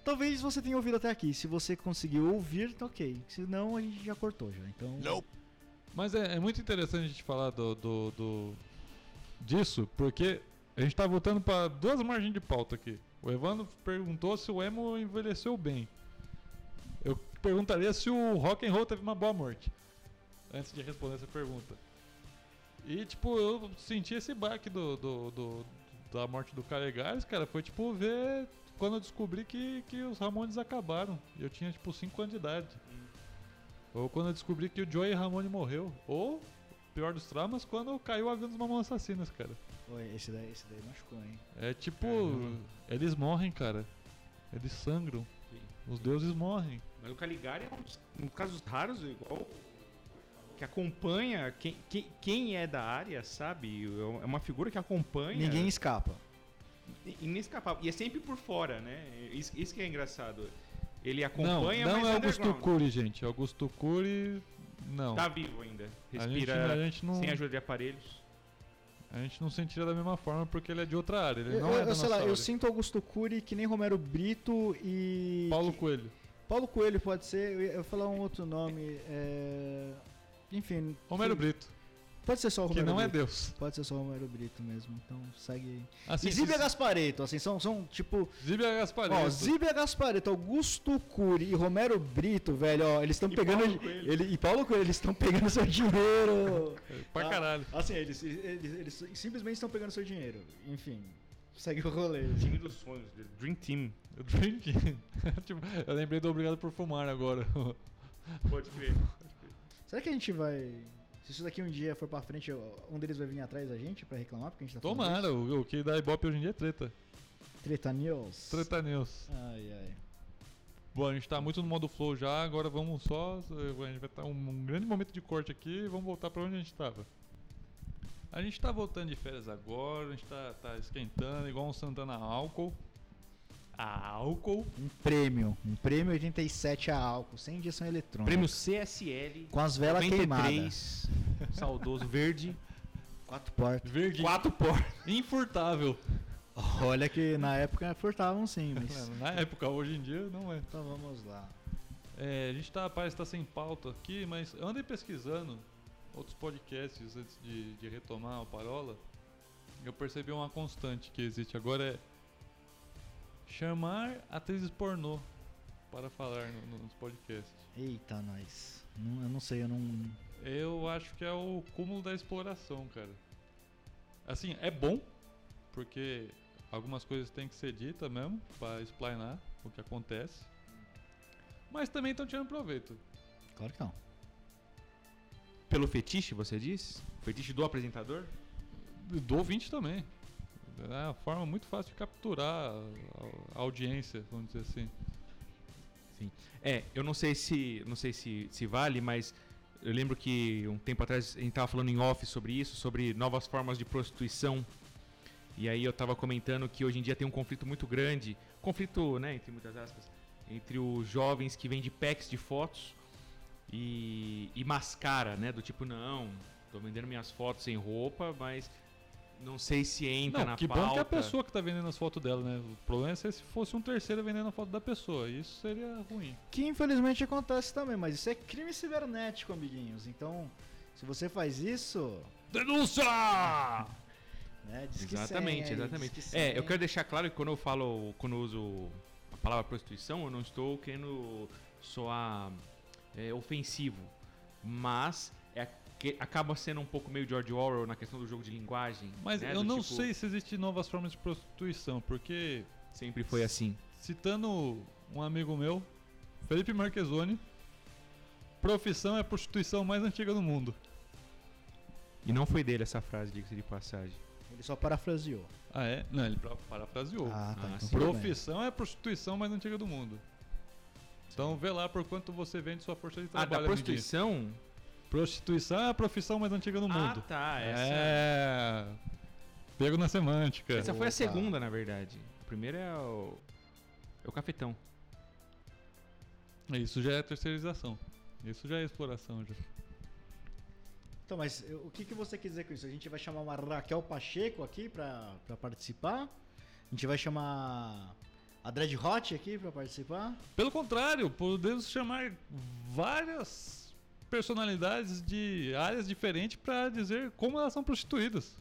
Speaker 2: talvez você tenha ouvido até aqui. Se você conseguiu ouvir, tá ok. Se não, a gente já cortou já. Então.
Speaker 1: Mas é, é muito interessante a gente falar do, do, do- disso, porque a gente tá voltando para duas margens de pauta aqui. O Evandro perguntou se o emo envelheceu bem. Eu perguntaria se o rock and roll teve uma boa morte. Antes de responder essa pergunta. E tipo, eu senti esse baque do, do- do- da morte do Calegares, cara, foi tipo ver quando eu descobri que, que os Ramones acabaram. E eu tinha tipo 5 anos de idade. Ou quando eu descobri que o Joey Ramone morreu. Ou, pior dos traumas, quando caiu o avião dos Mamãos Assassinas, cara.
Speaker 2: Oi, esse daí, esse daí machucou, hein?
Speaker 1: É tipo,
Speaker 3: Caramba.
Speaker 1: eles morrem, cara. Eles sangram.
Speaker 3: Sim,
Speaker 1: Os deuses morrem.
Speaker 3: Mas o Caligari é um dos, um dos casos raros, igual. Que acompanha. Quem, quem, quem é da área, sabe? É uma figura que acompanha.
Speaker 1: é.
Speaker 2: Ninguém escapa.
Speaker 3: I- Inescapável. E é sempre por fora, né? Isso, isso que é engraçado. Ele acompanha,
Speaker 1: não,
Speaker 3: mas
Speaker 1: não é Augusto
Speaker 3: underground.
Speaker 1: Cury, gente. É Augusto Cury, não.
Speaker 3: Tá vivo ainda.
Speaker 1: a, gente, a,
Speaker 3: Respira
Speaker 1: gente não,
Speaker 3: sem ajuda de aparelhos.
Speaker 1: a gente não sentiria da mesma forma porque ele é de outra área. Ele
Speaker 2: Eu,
Speaker 1: não é
Speaker 2: eu-
Speaker 1: da
Speaker 2: sei
Speaker 1: nossa
Speaker 2: lá, eu
Speaker 1: área.
Speaker 2: sinto Augusto Cury que nem Romero Brito e.
Speaker 1: Paulo
Speaker 2: que-
Speaker 1: Coelho.
Speaker 2: Paulo Coelho pode ser. Eu ia eu ia falar um outro nome. é, Enfim.
Speaker 1: Romero
Speaker 2: que-
Speaker 1: Brito.
Speaker 2: Pode ser só o
Speaker 1: Que
Speaker 2: Romero
Speaker 1: não é
Speaker 2: Brito.
Speaker 1: Deus.
Speaker 2: Pode ser só o Romero Brito mesmo. Então segue aí.
Speaker 1: Assim,
Speaker 2: e Zíbia
Speaker 1: se-
Speaker 2: Gaspareto, assim, são, são tipo.
Speaker 1: Zíbia Gaspareto.
Speaker 2: Ó, Zíbia Gaspareto, Augusto Cury e Romero Brito, velho, ó, eles estão
Speaker 3: E
Speaker 2: pegando.
Speaker 3: Paulo Coelho.
Speaker 2: ele, e Paulo Coelho, eles estão pegando seu dinheiro.
Speaker 1: É, Pra
Speaker 2: Ah,
Speaker 1: caralho.
Speaker 2: Assim, eles, eles, eles simplesmente estão pegando seu dinheiro. Enfim, segue o rolê.
Speaker 3: Time dos sonhos, the Dream Team.
Speaker 1: Eu Drink. Tipo, eu lembrei do Obrigado por Fumar agora.
Speaker 3: Pode crer.
Speaker 2: Será que a gente vai. Se isso daqui um dia for pra frente, eu- um deles vai vir atrás da gente pra reclamar? Porque a gente tá falando
Speaker 1: Tomara,
Speaker 2: disso?
Speaker 1: o, o que dá ibope hoje em dia é treta.
Speaker 2: Treta News.
Speaker 1: Treta News.
Speaker 2: Ai, ai.
Speaker 1: Bom, a gente tá muito no modo flow já, agora vamos só. A gente vai estar um, um grande momento de corte aqui e vamos voltar pra onde a gente tava. A gente tá voltando de férias agora, a gente tá, tá esquentando igual um Santana álcool. Álcool?
Speaker 2: Um prêmio. Um prêmio 87 a álcool, sem injeção eletrônica.
Speaker 3: Prêmio CSL.
Speaker 2: Com as velas queimadas.
Speaker 3: 93, saudoso, verde.
Speaker 2: Quatro portas.
Speaker 1: Verde.
Speaker 3: Quatro portas.
Speaker 1: Infurtável.
Speaker 2: Olha que na época furtavam sim, mas.
Speaker 1: Na época, hoje em dia não é.
Speaker 2: então vamos lá.
Speaker 1: É, a gente tá, parece que tá sem pauta aqui, mas eu andei pesquisando outros podcasts antes de, de retomar o Parola. Eu percebi uma constante que existe agora é chamar atrizes pornô para falar no- no- nos podcasts.
Speaker 2: Eita, nós. Não- eu não sei, eu não.
Speaker 1: Eu acho que é o cúmulo da exploração, cara. Assim, é bom, porque algumas coisas têm que ser ditas mesmo, para explanar o que acontece. Mas também estão tirando proveito.
Speaker 2: Claro que não.
Speaker 3: Pelo fetiche, você diz? Fetiche do apresentador?
Speaker 1: Do ouvinte também. É uma forma muito fácil de capturar a a audiência, vamos dizer assim.
Speaker 3: É, eu não sei se não sei se, se vale, mas eu lembro que um tempo atrás a gente tava falando em off sobre isso, sobre novas formas de prostituição. E aí eu tava comentando que hoje em dia tem um conflito muito grande, conflito, né, entre muitas aspas, entre os jovens que vendem packs de fotos e, e mascara, né, do tipo, não, tô vendendo minhas fotos sem roupa, mas não sei se entra
Speaker 1: Não,
Speaker 3: na
Speaker 1: que
Speaker 3: pauta.
Speaker 1: bom que é a pessoa que tá vendendo as fotos dela, né? O problema é se fosse um terceiro vendendo a foto da pessoa. Isso seria ruim.
Speaker 2: Que infelizmente acontece também, mas isso é crime cibernético, amiguinhos. Então, se você faz isso,
Speaker 1: Denúncia!
Speaker 2: né, diz que
Speaker 3: Exatamente,
Speaker 2: sem,
Speaker 3: exatamente.
Speaker 2: diz que
Speaker 3: É,
Speaker 2: sem.
Speaker 3: eu quero deixar claro que quando eu falo, quando eu uso a palavra prostituição, eu não estou querendo soar é, ofensivo, mas é que acaba sendo um pouco meio George Orwell na questão do jogo de linguagem.
Speaker 1: Mas
Speaker 3: né,
Speaker 1: eu
Speaker 3: do
Speaker 1: não
Speaker 3: tipo,
Speaker 1: sei se existem novas formas de prostituição, porque
Speaker 3: Sempre foi assim.
Speaker 1: citando um amigo meu, Felipe Marquezoni, profissão é a prostituição mais antiga do mundo.
Speaker 3: E não foi dele essa frase, diga-se de passagem.
Speaker 2: Ele só parafraseou. tá, então
Speaker 1: Ah, é? Não, ele pra- parafraseou.
Speaker 3: Ah, sim.
Speaker 2: tudo bem.
Speaker 1: Profissão é a prostituição mais antiga do mundo. Então vê lá por quanto você vende sua força de
Speaker 3: Ah,
Speaker 1: trabalho.
Speaker 3: da
Speaker 1: amiguinho.
Speaker 3: prostituição?
Speaker 1: Prostituição é a profissão mais antiga do
Speaker 3: Ah,
Speaker 1: mundo.
Speaker 3: tá. Essa,
Speaker 1: é. Pego na semântica.
Speaker 3: essa foi a
Speaker 2: Opa.
Speaker 3: segunda, na verdade. A primeira é o. É o cafetão.
Speaker 1: Isso já é terceirização. Isso já é exploração. Já.
Speaker 2: Então, mas eu- o que, que você quer dizer com isso? A gente vai chamar uma Raquel Pacheco aqui pra, pra participar? A gente vai chamar a Dread Hot aqui pra participar?
Speaker 1: Pelo contrário, podemos chamar várias personalidades de áreas diferentes para dizer como elas são prostituídas.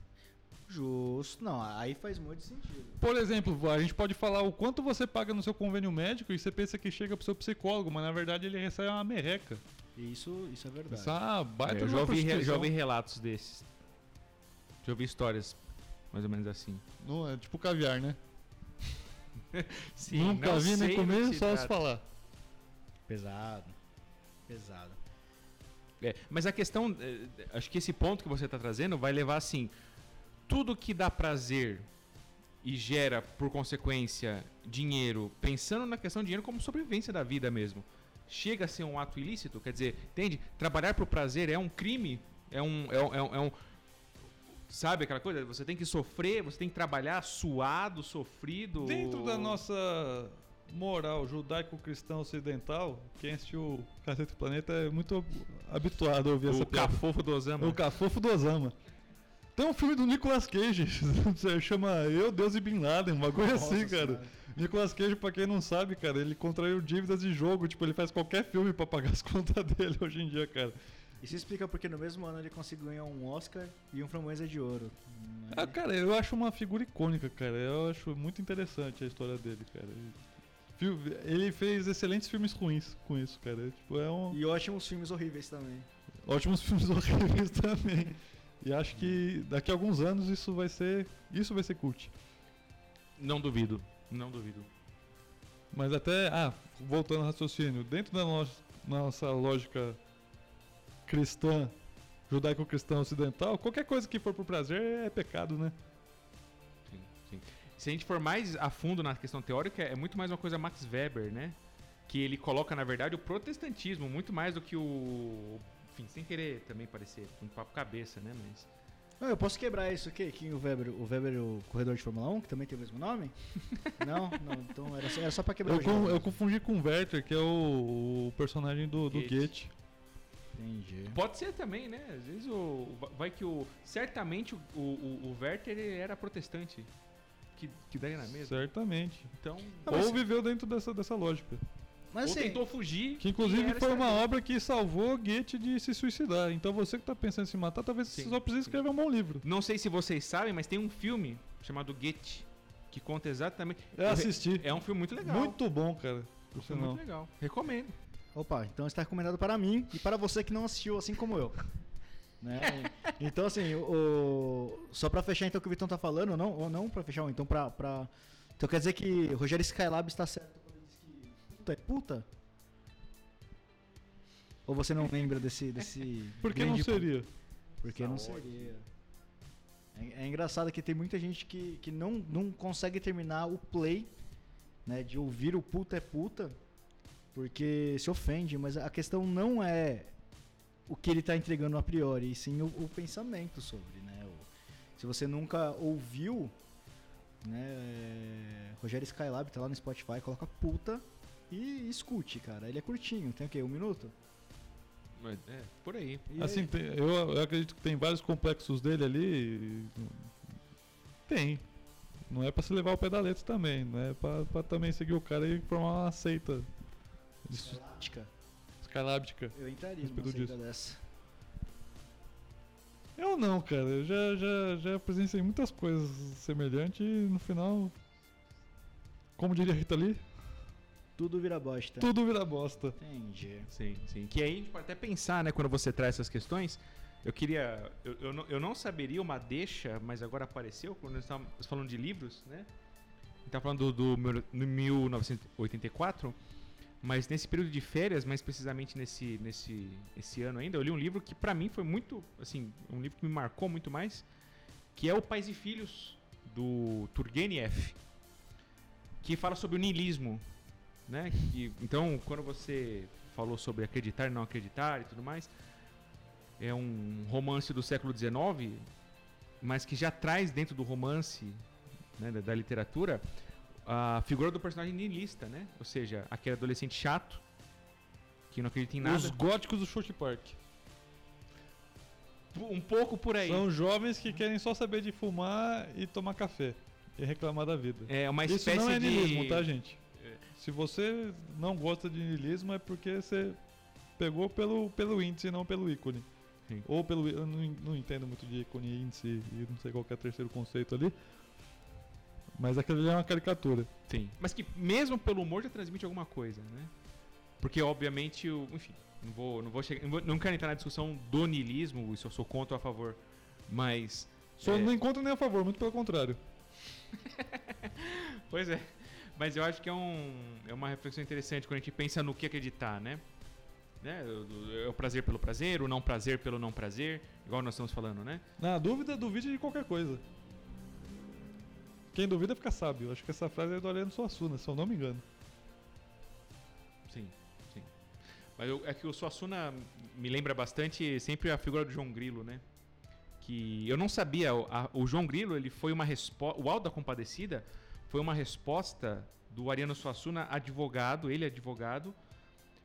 Speaker 2: Justo, não, aí faz muito sentido.
Speaker 1: Por exemplo, a gente pode falar o quanto você paga no seu convênio médico e você pensa que chega pro seu psicólogo, mas na verdade ele recebe uma merreca.
Speaker 2: E Isso, isso é verdade.
Speaker 1: Isso é uma baita
Speaker 3: É,
Speaker 1: de
Speaker 3: eu
Speaker 1: uma
Speaker 3: já ouvi, re- já
Speaker 1: prostituição.
Speaker 3: ouvi relatos desses. Já ouvi histórias mais ou menos assim.
Speaker 1: Não, é tipo caviar, né?
Speaker 3: Sim,
Speaker 1: Nunca vi nem comer, só se
Speaker 3: falar.
Speaker 1: falar.
Speaker 2: Pesado. Pesado.
Speaker 3: É, mas a questão, eh, acho que esse ponto que você está trazendo vai levar assim: tudo que dá prazer e gera, por consequência, dinheiro, pensando na questão de dinheiro como sobrevivência da vida mesmo, chega a ser um ato ilícito? Quer dizer, entende? Trabalhar por prazer é um crime? É um. É um, é um- é um- Sabe aquela coisa? Você tem que sofrer, você tem que trabalhar suado, sofrido.
Speaker 1: Dentro da nossa moral judaico-cristã ocidental, quem assistiu o Cacete do Planeta é muito ab- habituado a ouvir essa
Speaker 3: O
Speaker 1: piada.
Speaker 3: cafofo do Osama.
Speaker 1: O Cafofo do Osama. Tem um filme do Nicolas Cage, se chama Eu, Deus e Bin Laden, uma coisa assim, cara. Nicolas Cage, pra quem não sabe, cara, ele contraiu dívidas de jogo, tipo, ele faz qualquer filme pra pagar as contas dele hoje em dia, cara.
Speaker 2: Isso explica porque no mesmo ano ele conseguiu ganhar um Oscar e um Framboesa de Ouro. Hum,
Speaker 1: Ah,
Speaker 2: aí-
Speaker 1: cara, eu acho uma figura icônica, cara. Eu acho muito interessante a história dele, cara. Fil- Ele fez excelentes filmes ruins com isso, cara. Tipo, é um...
Speaker 2: E ótimos filmes horríveis também.
Speaker 1: ótimos filmes horríveis também. E acho que daqui a alguns anos isso vai ser. Isso vai ser cult.
Speaker 3: Não duvido. Não duvido.
Speaker 1: Mas até. Ah, voltando ao raciocínio, dentro da no- nossa lógica cristã, judaico-cristã ocidental, qualquer coisa que for por prazer é pecado, né?
Speaker 3: Sim, sim. Se a gente for mais a fundo na questão teórica, é muito mais uma coisa Max Weber, né? Que ele coloca, na verdade, o protestantismo muito mais do que o. Enfim, sem querer também parecer um papo cabeça, né? Mas.
Speaker 2: Não, Ah, eu posso quebrar isso aqui, que o Weber, o Weber, o corredor de Fórmula 1, que também tem o mesmo nome? não, não, então era só, era só pra quebrar
Speaker 1: Eu,
Speaker 2: o
Speaker 1: con-
Speaker 2: jogo.
Speaker 1: eu confundi com o Werther, que é o, o personagem do, do
Speaker 3: Goethe.
Speaker 1: Goethe.
Speaker 2: Entendi.
Speaker 3: Pode ser também, né? Às vezes o. o- Vai que o. Certamente o, o, o Werther ele era protestante. Que, que daria na mesa.
Speaker 1: Certamente.
Speaker 3: Então.
Speaker 2: Não,
Speaker 3: ou
Speaker 2: mas-
Speaker 1: Ou viveu dentro dessa, dessa lógica.
Speaker 2: Mas
Speaker 3: ou
Speaker 2: assim,
Speaker 3: tentou fugir.
Speaker 1: Que inclusive
Speaker 3: e era é?
Speaker 1: foi uma
Speaker 3: estratégia.
Speaker 1: obra que salvou Goethe de se suicidar. Então você que tá pensando em se matar, talvez
Speaker 3: Sim,
Speaker 1: você só precise
Speaker 3: sim.
Speaker 1: escrever um bom livro.
Speaker 3: Não sei se vocês sabem, mas tem um filme chamado Get. Que conta exatamente.
Speaker 1: Eu assisti.
Speaker 3: É um filme muito legal.
Speaker 1: Muito bom, cara. Por
Speaker 3: Foi muito
Speaker 1: sinal.
Speaker 3: legal. Recomendo.
Speaker 2: opa, então está recomendado para mim e para você que não assistiu, assim como eu. Né? Então assim, o, o- só pra fechar então o que o Vitão tá falando, não, ou não pra fechar, ou então pra, pra... Então quer dizer que o Rogério Skylab está certo quando ele diz que puta é puta? Ou você não lembra desse... desse
Speaker 1: Por que não
Speaker 2: grande-
Speaker 1: seria?
Speaker 2: Porque não seria. É, é engraçado que tem muita gente que, que não, não consegue terminar o play, né? De ouvir o puta é puta, porque se ofende, mas a questão não é o que ele tá entregando a priori, e sim o, o pensamento sobre, né? O- se você nunca ouviu, né? é, Rogério Skylab tá lá no Spotify, coloca puta e escute, cara. Ele é curtinho, tem o quê? Um minuto?
Speaker 3: Mas, é, por aí.
Speaker 2: E é-
Speaker 1: Assim, tem- eu, eu acredito que tem vários complexos dele ali. e- Tem. Não é pra se levar o pé da letra também. Não é pra, pra também seguir o cara e formar uma seita es-
Speaker 2: Escalástica.
Speaker 1: escalábica.
Speaker 2: Eu entraria numa
Speaker 1: Respeito
Speaker 2: seita dessa.
Speaker 1: Eu não, cara. Eu já, já, já presenciei muitas coisas semelhantes e no final. Como diria a Rita ali,
Speaker 2: Tudo vira bosta.
Speaker 1: tudo vira bosta.
Speaker 2: Entendi.
Speaker 3: Sim, sim. Que aí a gente pode até pensar, né, quando você traz essas questões. Eu queria. Eu, eu, não, eu não saberia uma deixa, mas agora apareceu quando nós estávamos falando de livros, né? A gente tá falando do, do mil- no 1984. Mas nesse período de férias, mais precisamente nesse, nesse esse ano ainda, eu li um livro que pra mim foi muito, assim, um livro que me marcou muito mais, que é O Pais e Filhos, do Turgenev, que fala sobre o niilismo, né? Que- então, quando você falou sobre acreditar e não acreditar e tudo mais, é um romance do século XIX, mas que já traz dentro do romance, né, da, da literatura, a figura do personagem niilista, né? Ou seja, aquele adolescente chato, que não acredita em nada.
Speaker 1: Os góticos do Short Park.
Speaker 3: Um pouco por aí.
Speaker 1: São jovens que querem só saber de fumar e tomar café. E reclamar da vida.
Speaker 3: É uma
Speaker 1: Isso
Speaker 3: espécie
Speaker 1: não é
Speaker 3: de...
Speaker 1: niilismo, tá, gente?
Speaker 3: É.
Speaker 1: Se você não gosta de niilismo é porque você pegou pelo, pelo índice e não pelo ícone.
Speaker 3: Sim.
Speaker 1: Ou pelo. Eu não, não entendo muito de ícone e índice e não sei qual que é o terceiro conceito ali. Mas aquilo ali é uma caricatura.
Speaker 3: Sim. Mas que mesmo pelo humor já transmite alguma coisa, né? Porque obviamente, o, enfim, não vou, não vou chegar, não, vou- não quero entrar na discussão do niilismo, isso eu sou contra ou a favor, mas
Speaker 1: Só
Speaker 3: É.
Speaker 1: não encontro nem a favor, muito pelo contrário.
Speaker 3: pois é. Mas eu acho que é, um, é uma reflexão interessante quando a gente pensa no que acreditar, né? né? O, o- o prazer pelo prazer, o não prazer pelo não prazer, igual nós estamos falando, né?
Speaker 1: Na dúvida, duvide de qualquer coisa. Quem duvida fica sábio. Acho que essa frase é do Ariano Suassuna, se eu não me engano.
Speaker 3: Sim, sim. Mas eu- é que o Suassuna me lembra bastante sempre a figura do João Grilo, né? Que eu não sabia, o- a- o João Grilo, ele foi uma resposta, o Alto da Compadecida foi uma resposta do Ariano Suassuna, advogado, ele advogado,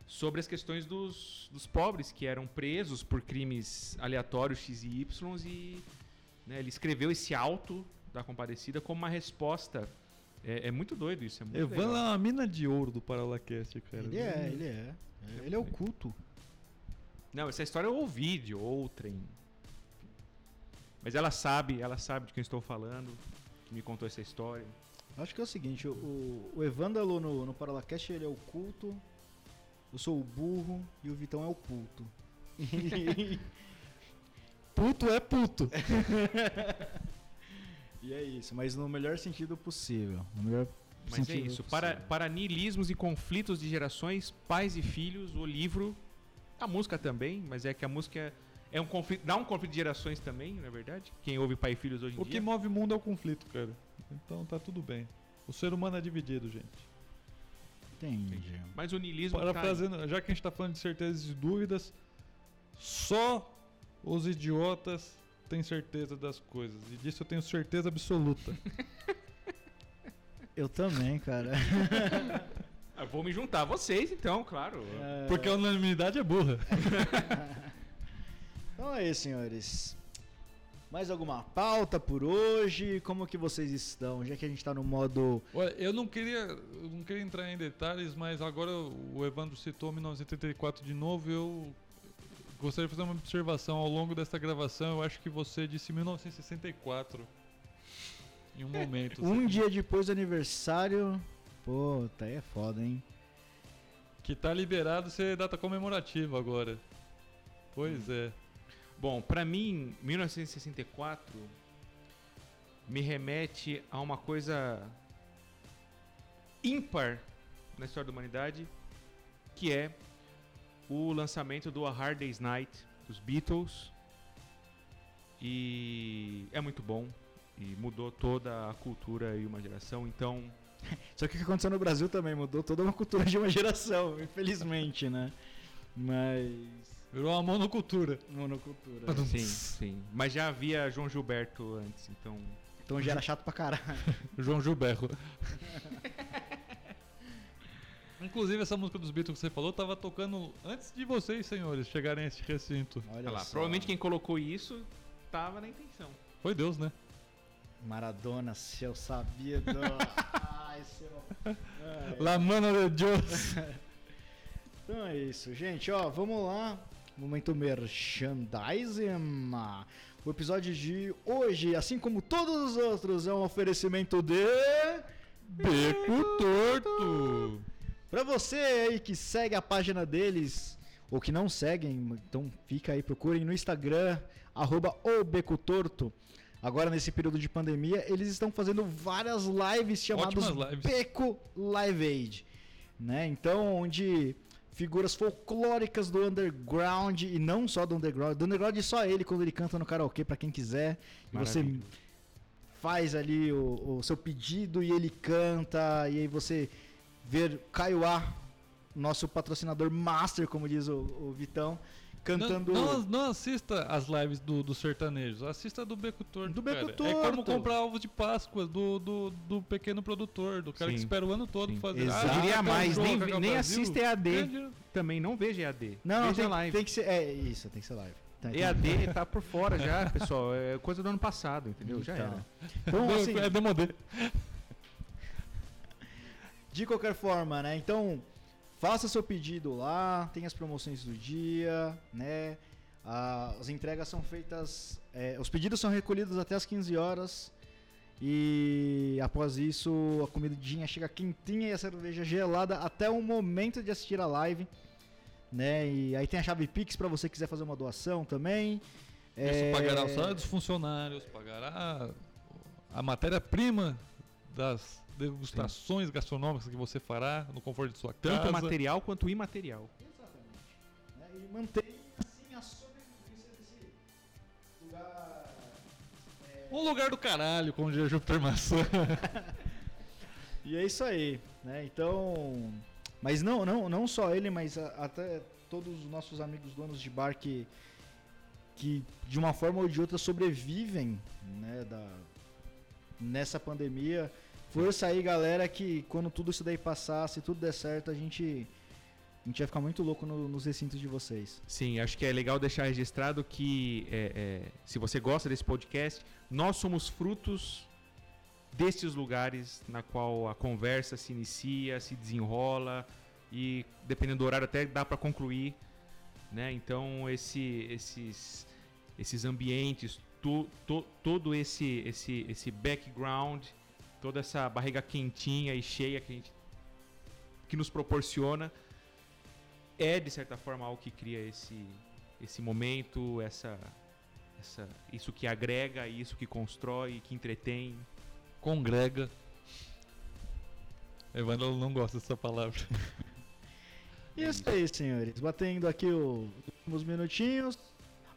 Speaker 3: sobre as questões dos, dos pobres que eram presos por crimes aleatórios X e Y e né, ele escreveu esse auto da Compadecida como uma resposta. É, é muito doido isso, é muito
Speaker 1: Evan
Speaker 3: legal.
Speaker 1: é uma mina de ouro do Paralacast, cara.
Speaker 2: é Ele
Speaker 3: É,
Speaker 2: é, ele é. Ele é o culto.
Speaker 3: Não, essa história eu ouvi de outrem. Mas ela sabe, ela sabe de quem eu estou falando, que me contou essa história.
Speaker 2: Acho que é o seguinte, o- o, o Evândalo no, no Paralacast ele é o culto, eu sou o burro e o Vitão é o puto.
Speaker 4: Puto é puto.
Speaker 2: E é isso, mas no melhor sentido possível. No melhor
Speaker 3: Mas é
Speaker 2: sentido
Speaker 3: isso.
Speaker 2: possível.
Speaker 3: Para, para niilismos e conflitos de gerações, pais e filhos, o livro, a música também, mas é que a música é, é um conflito, dá um conflito de gerações também, na verdade. Quem ouve pai e filhos hoje em
Speaker 1: O que
Speaker 3: dia.
Speaker 1: move o mundo é o conflito, cara. Então tá tudo bem. O ser humano é dividido, gente.
Speaker 2: Entendi.
Speaker 3: Mas o niilismo tá aí.
Speaker 1: Parafrasando, já que a gente tá falando de certezas e dúvidas, só os idiotas têm certeza das coisas. E disso eu tenho certeza absoluta.
Speaker 2: Eu também, cara.
Speaker 3: Ah, vou me juntar a vocês, então, claro.
Speaker 2: É.
Speaker 1: Porque a unanimidade é burra.
Speaker 2: Então é isso, senhores. Mais alguma pauta por hoje? Como que vocês estão? Já que a gente tá no modo.
Speaker 1: Olha, eu não queria, eu não queria entrar em detalhes, mas agora o Evandro citou 1984 de novo. Eu gostaria de fazer uma observação ao longo desta gravação. Eu acho que você disse 1964 em um momento.
Speaker 2: Um
Speaker 1: assim,
Speaker 2: dia depois do aniversário. Puta, aí é foda, hein?
Speaker 1: que tá liberado ser data comemorativa agora. Pois é.
Speaker 3: Bom, pra mim, 1964 me remete a uma coisa ímpar na história da humanidade, que é o lançamento do A Hard Day's Night dos Beatles. E é muito bom e mudou toda a cultura e uma geração, então
Speaker 2: Só que o que aconteceu no Brasil também mudou toda uma cultura de uma geração, infelizmente, né? Mas.
Speaker 1: Virou uma monocultura.
Speaker 2: Monocultura.
Speaker 3: sim, sim. Mas já havia João Gilberto antes, então
Speaker 2: Então já era chato pra caralho.
Speaker 1: João Gilberto. Inclusive, essa música dos Beatles que você falou tava tocando antes de vocês, senhores, chegarem a este recinto.
Speaker 2: Olha
Speaker 3: Olha tá lá,
Speaker 2: só.
Speaker 3: provavelmente quem colocou isso tava na intenção.
Speaker 1: Foi Deus, né?
Speaker 2: Maradona, se eu sabia do. Ai, seu. Ai.
Speaker 1: La mano de Deus.
Speaker 2: Então é isso, gente. Ó, vamos lá. Momento merchandising. O episódio de hoje, assim como todos os outros, é um oferecimento de.
Speaker 1: Beco torto.
Speaker 2: Pra você aí que segue a página deles, ou que não seguem, então fica aí, procurem no Instagram, arroba o Beco Torto. Agora, nesse período de pandemia, eles estão fazendo várias lives chamadas
Speaker 1: Ótimas lives.
Speaker 2: Beco Live Aid. Né? Então, onde figuras folclóricas do underground, e não só do underground, do underground é só ele quando ele canta no karaokê, pra quem quiser. E você
Speaker 3: Maravilhoso.
Speaker 2: faz ali o, o seu pedido e ele canta, e aí você vê Kaiowá, nosso patrocinador master, como diz o, o Vitão, cantando.
Speaker 1: Não, não- não assista as lives do, dos sertanejos, assista a do Beco Torto.
Speaker 2: Do
Speaker 1: cara.
Speaker 2: Beco
Speaker 1: É como
Speaker 2: Torto.
Speaker 1: comprar ovos de Páscoa do, do, do pequeno produtor, do cara que
Speaker 3: Sim.
Speaker 1: espera o ano todo
Speaker 3: Sim.
Speaker 1: fazer. Ah,
Speaker 2: Exato.
Speaker 3: Eu diria
Speaker 1: Cacau
Speaker 3: mais,
Speaker 1: Show,
Speaker 3: nem,
Speaker 1: Cacau
Speaker 3: nem
Speaker 1: é Brasil.
Speaker 3: assista EAD.
Speaker 1: Grande-
Speaker 3: Também não veja EAD.
Speaker 2: Não,
Speaker 3: veja
Speaker 2: tem,
Speaker 3: live.
Speaker 2: tem que ser. É isso, tem que ser live. Tá, então-
Speaker 3: EAD tá por fora já, pessoal. É coisa do ano passado, entendeu? Já
Speaker 2: Então.
Speaker 3: era.
Speaker 2: Então, assim,
Speaker 1: É demodê.
Speaker 2: de qualquer forma, né? Então, faça seu pedido lá, tem as promoções do dia, né? Ah, as entregas são feitas. eh, os pedidos são recolhidos até as 15 horas. E após isso, a comidinha chega quentinha e a cerveja gelada até o momento de assistir a live. Né? E aí tem a chave Pix para você quiser fazer uma doação também.
Speaker 1: Isso
Speaker 2: Eh,
Speaker 1: pagará o salário dos funcionários, pagará a matéria-prima das degustações gastronômicas que você fará no conforto de sua
Speaker 3: Tanto
Speaker 1: casa.
Speaker 3: material quanto imaterial.
Speaker 2: Exatamente. Né? E mantém assim a sobrevivência desse lugar. é,
Speaker 1: Um lugar do caralho, como diria Júpiter Maçã.
Speaker 2: E é isso aí, né? Então, mas não, não, não só ele, mas a- até todos os nossos amigos donos de bar que que de uma forma ou de outra sobrevivem, né, da nessa pandemia. Força aí, galera, que quando tudo isso daí passar, se tudo der certo, a gente a gente vai ficar muito louco no- nos recintos de vocês.
Speaker 3: Sim, acho que é legal deixar registrado que é, é, se você gosta desse podcast, nós somos frutos destes lugares na qual a conversa se inicia, se desenrola e dependendo do horário até dá para concluir né? Então esse, esses, esses ambientes, to- to- todo esse, esse, esse background, toda essa barriga quentinha e cheia que a gente que nos proporciona é de certa forma algo que cria esse esse momento, essa essa isso que agrega, isso que constrói, que entretém.
Speaker 1: Congrega. Evandro não gosta dessa palavra.
Speaker 2: E é isso aí, senhores. Batendo aqui o- os últimos minutinhos.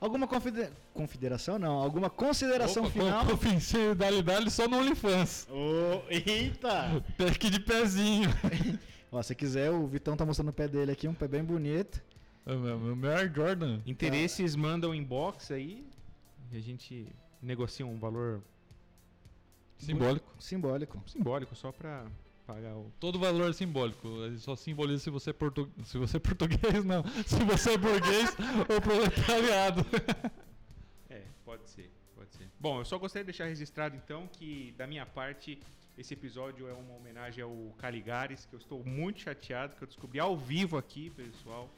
Speaker 2: Alguma confide... confederação, não. Alguma consideração
Speaker 1: Opa,
Speaker 2: final?
Speaker 1: Com, com finalidade só no OnlyFans.
Speaker 2: Ô, eita!
Speaker 1: Pack de pezinho.
Speaker 2: Ó, se quiser, o Vitão tá mostrando o pé dele aqui, um pé bem bonito.
Speaker 1: É meu- meu melhor Jordan.
Speaker 3: Interesses mandam inbox aí e a gente negocia um valor
Speaker 1: Simbólico.
Speaker 2: Simbólico.
Speaker 3: simbólico só pra pagar o
Speaker 1: Todo valor é simbólico. Ele só simboliza se você é portu... se você é português, não. Se você é burguês ou proletariado.
Speaker 3: É, pode ser, pode ser. Bom, eu só gostaria de deixar registrado então que da minha parte esse episódio é uma homenagem ao Caligares, que eu estou muito chateado que eu descobri ao vivo aqui, pessoal.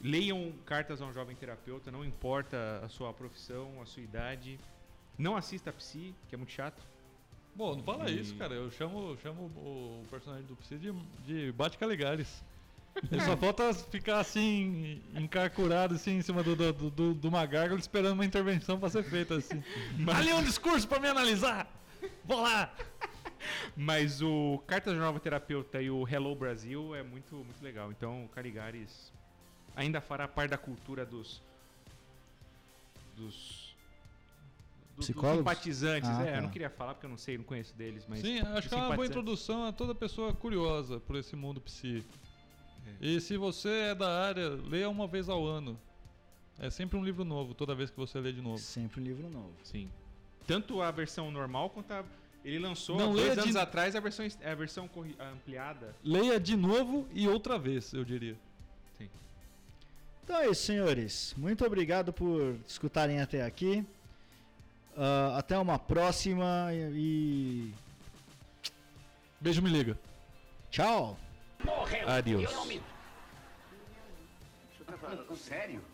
Speaker 3: Leiam cartas a um jovem terapeuta, não importa a sua profissão, a sua idade. Não assista a Psi, que é muito chato.
Speaker 1: Bom, não fala
Speaker 3: E-
Speaker 1: isso, cara. Eu chamo, chamo o personagem do Psy de, de Bate Caligares. Ele só falta ficar assim, encarcurado assim, em cima do, do, do- do, de uma gárgula esperando uma intervenção pra ser feita assim. Ali é um discurso pra me analisar! Vou lá!
Speaker 3: Mas o Cartas de um Jovem Terapeuta e o Hello Brasil é muito, muito legal. Então o Caligares ainda fará parte da cultura dos. dos. do-
Speaker 2: Psicólogos?
Speaker 3: Dos simpatizantes.
Speaker 2: Ah,
Speaker 3: é, eu
Speaker 2: tá.
Speaker 3: não queria falar porque eu não sei, não conheço deles, mas.
Speaker 1: Sim, acho que é uma boa
Speaker 3: simpatizante.
Speaker 1: introdução a toda pessoa curiosa por esse mundo psi.
Speaker 3: É.
Speaker 1: E se você é da área, leia uma vez ao ano. É sempre um livro novo, toda vez que você lê de novo.
Speaker 2: Sempre um livro novo.
Speaker 3: Sim. Tanto a versão normal quanto a. Ele lançou
Speaker 1: Não,
Speaker 3: há dois
Speaker 1: leia de-
Speaker 3: anos atrás a versão, est- a versão corri- ampliada.
Speaker 1: Leia de novo e outra vez, eu diria.
Speaker 2: Então é isso, senhores. Muito obrigado por escutarem até aqui. Ah, até uma próxima e. e
Speaker 1: Beijo, me liga.
Speaker 2: Tchau!
Speaker 3: Adeus.
Speaker 5: Você tá falando sério?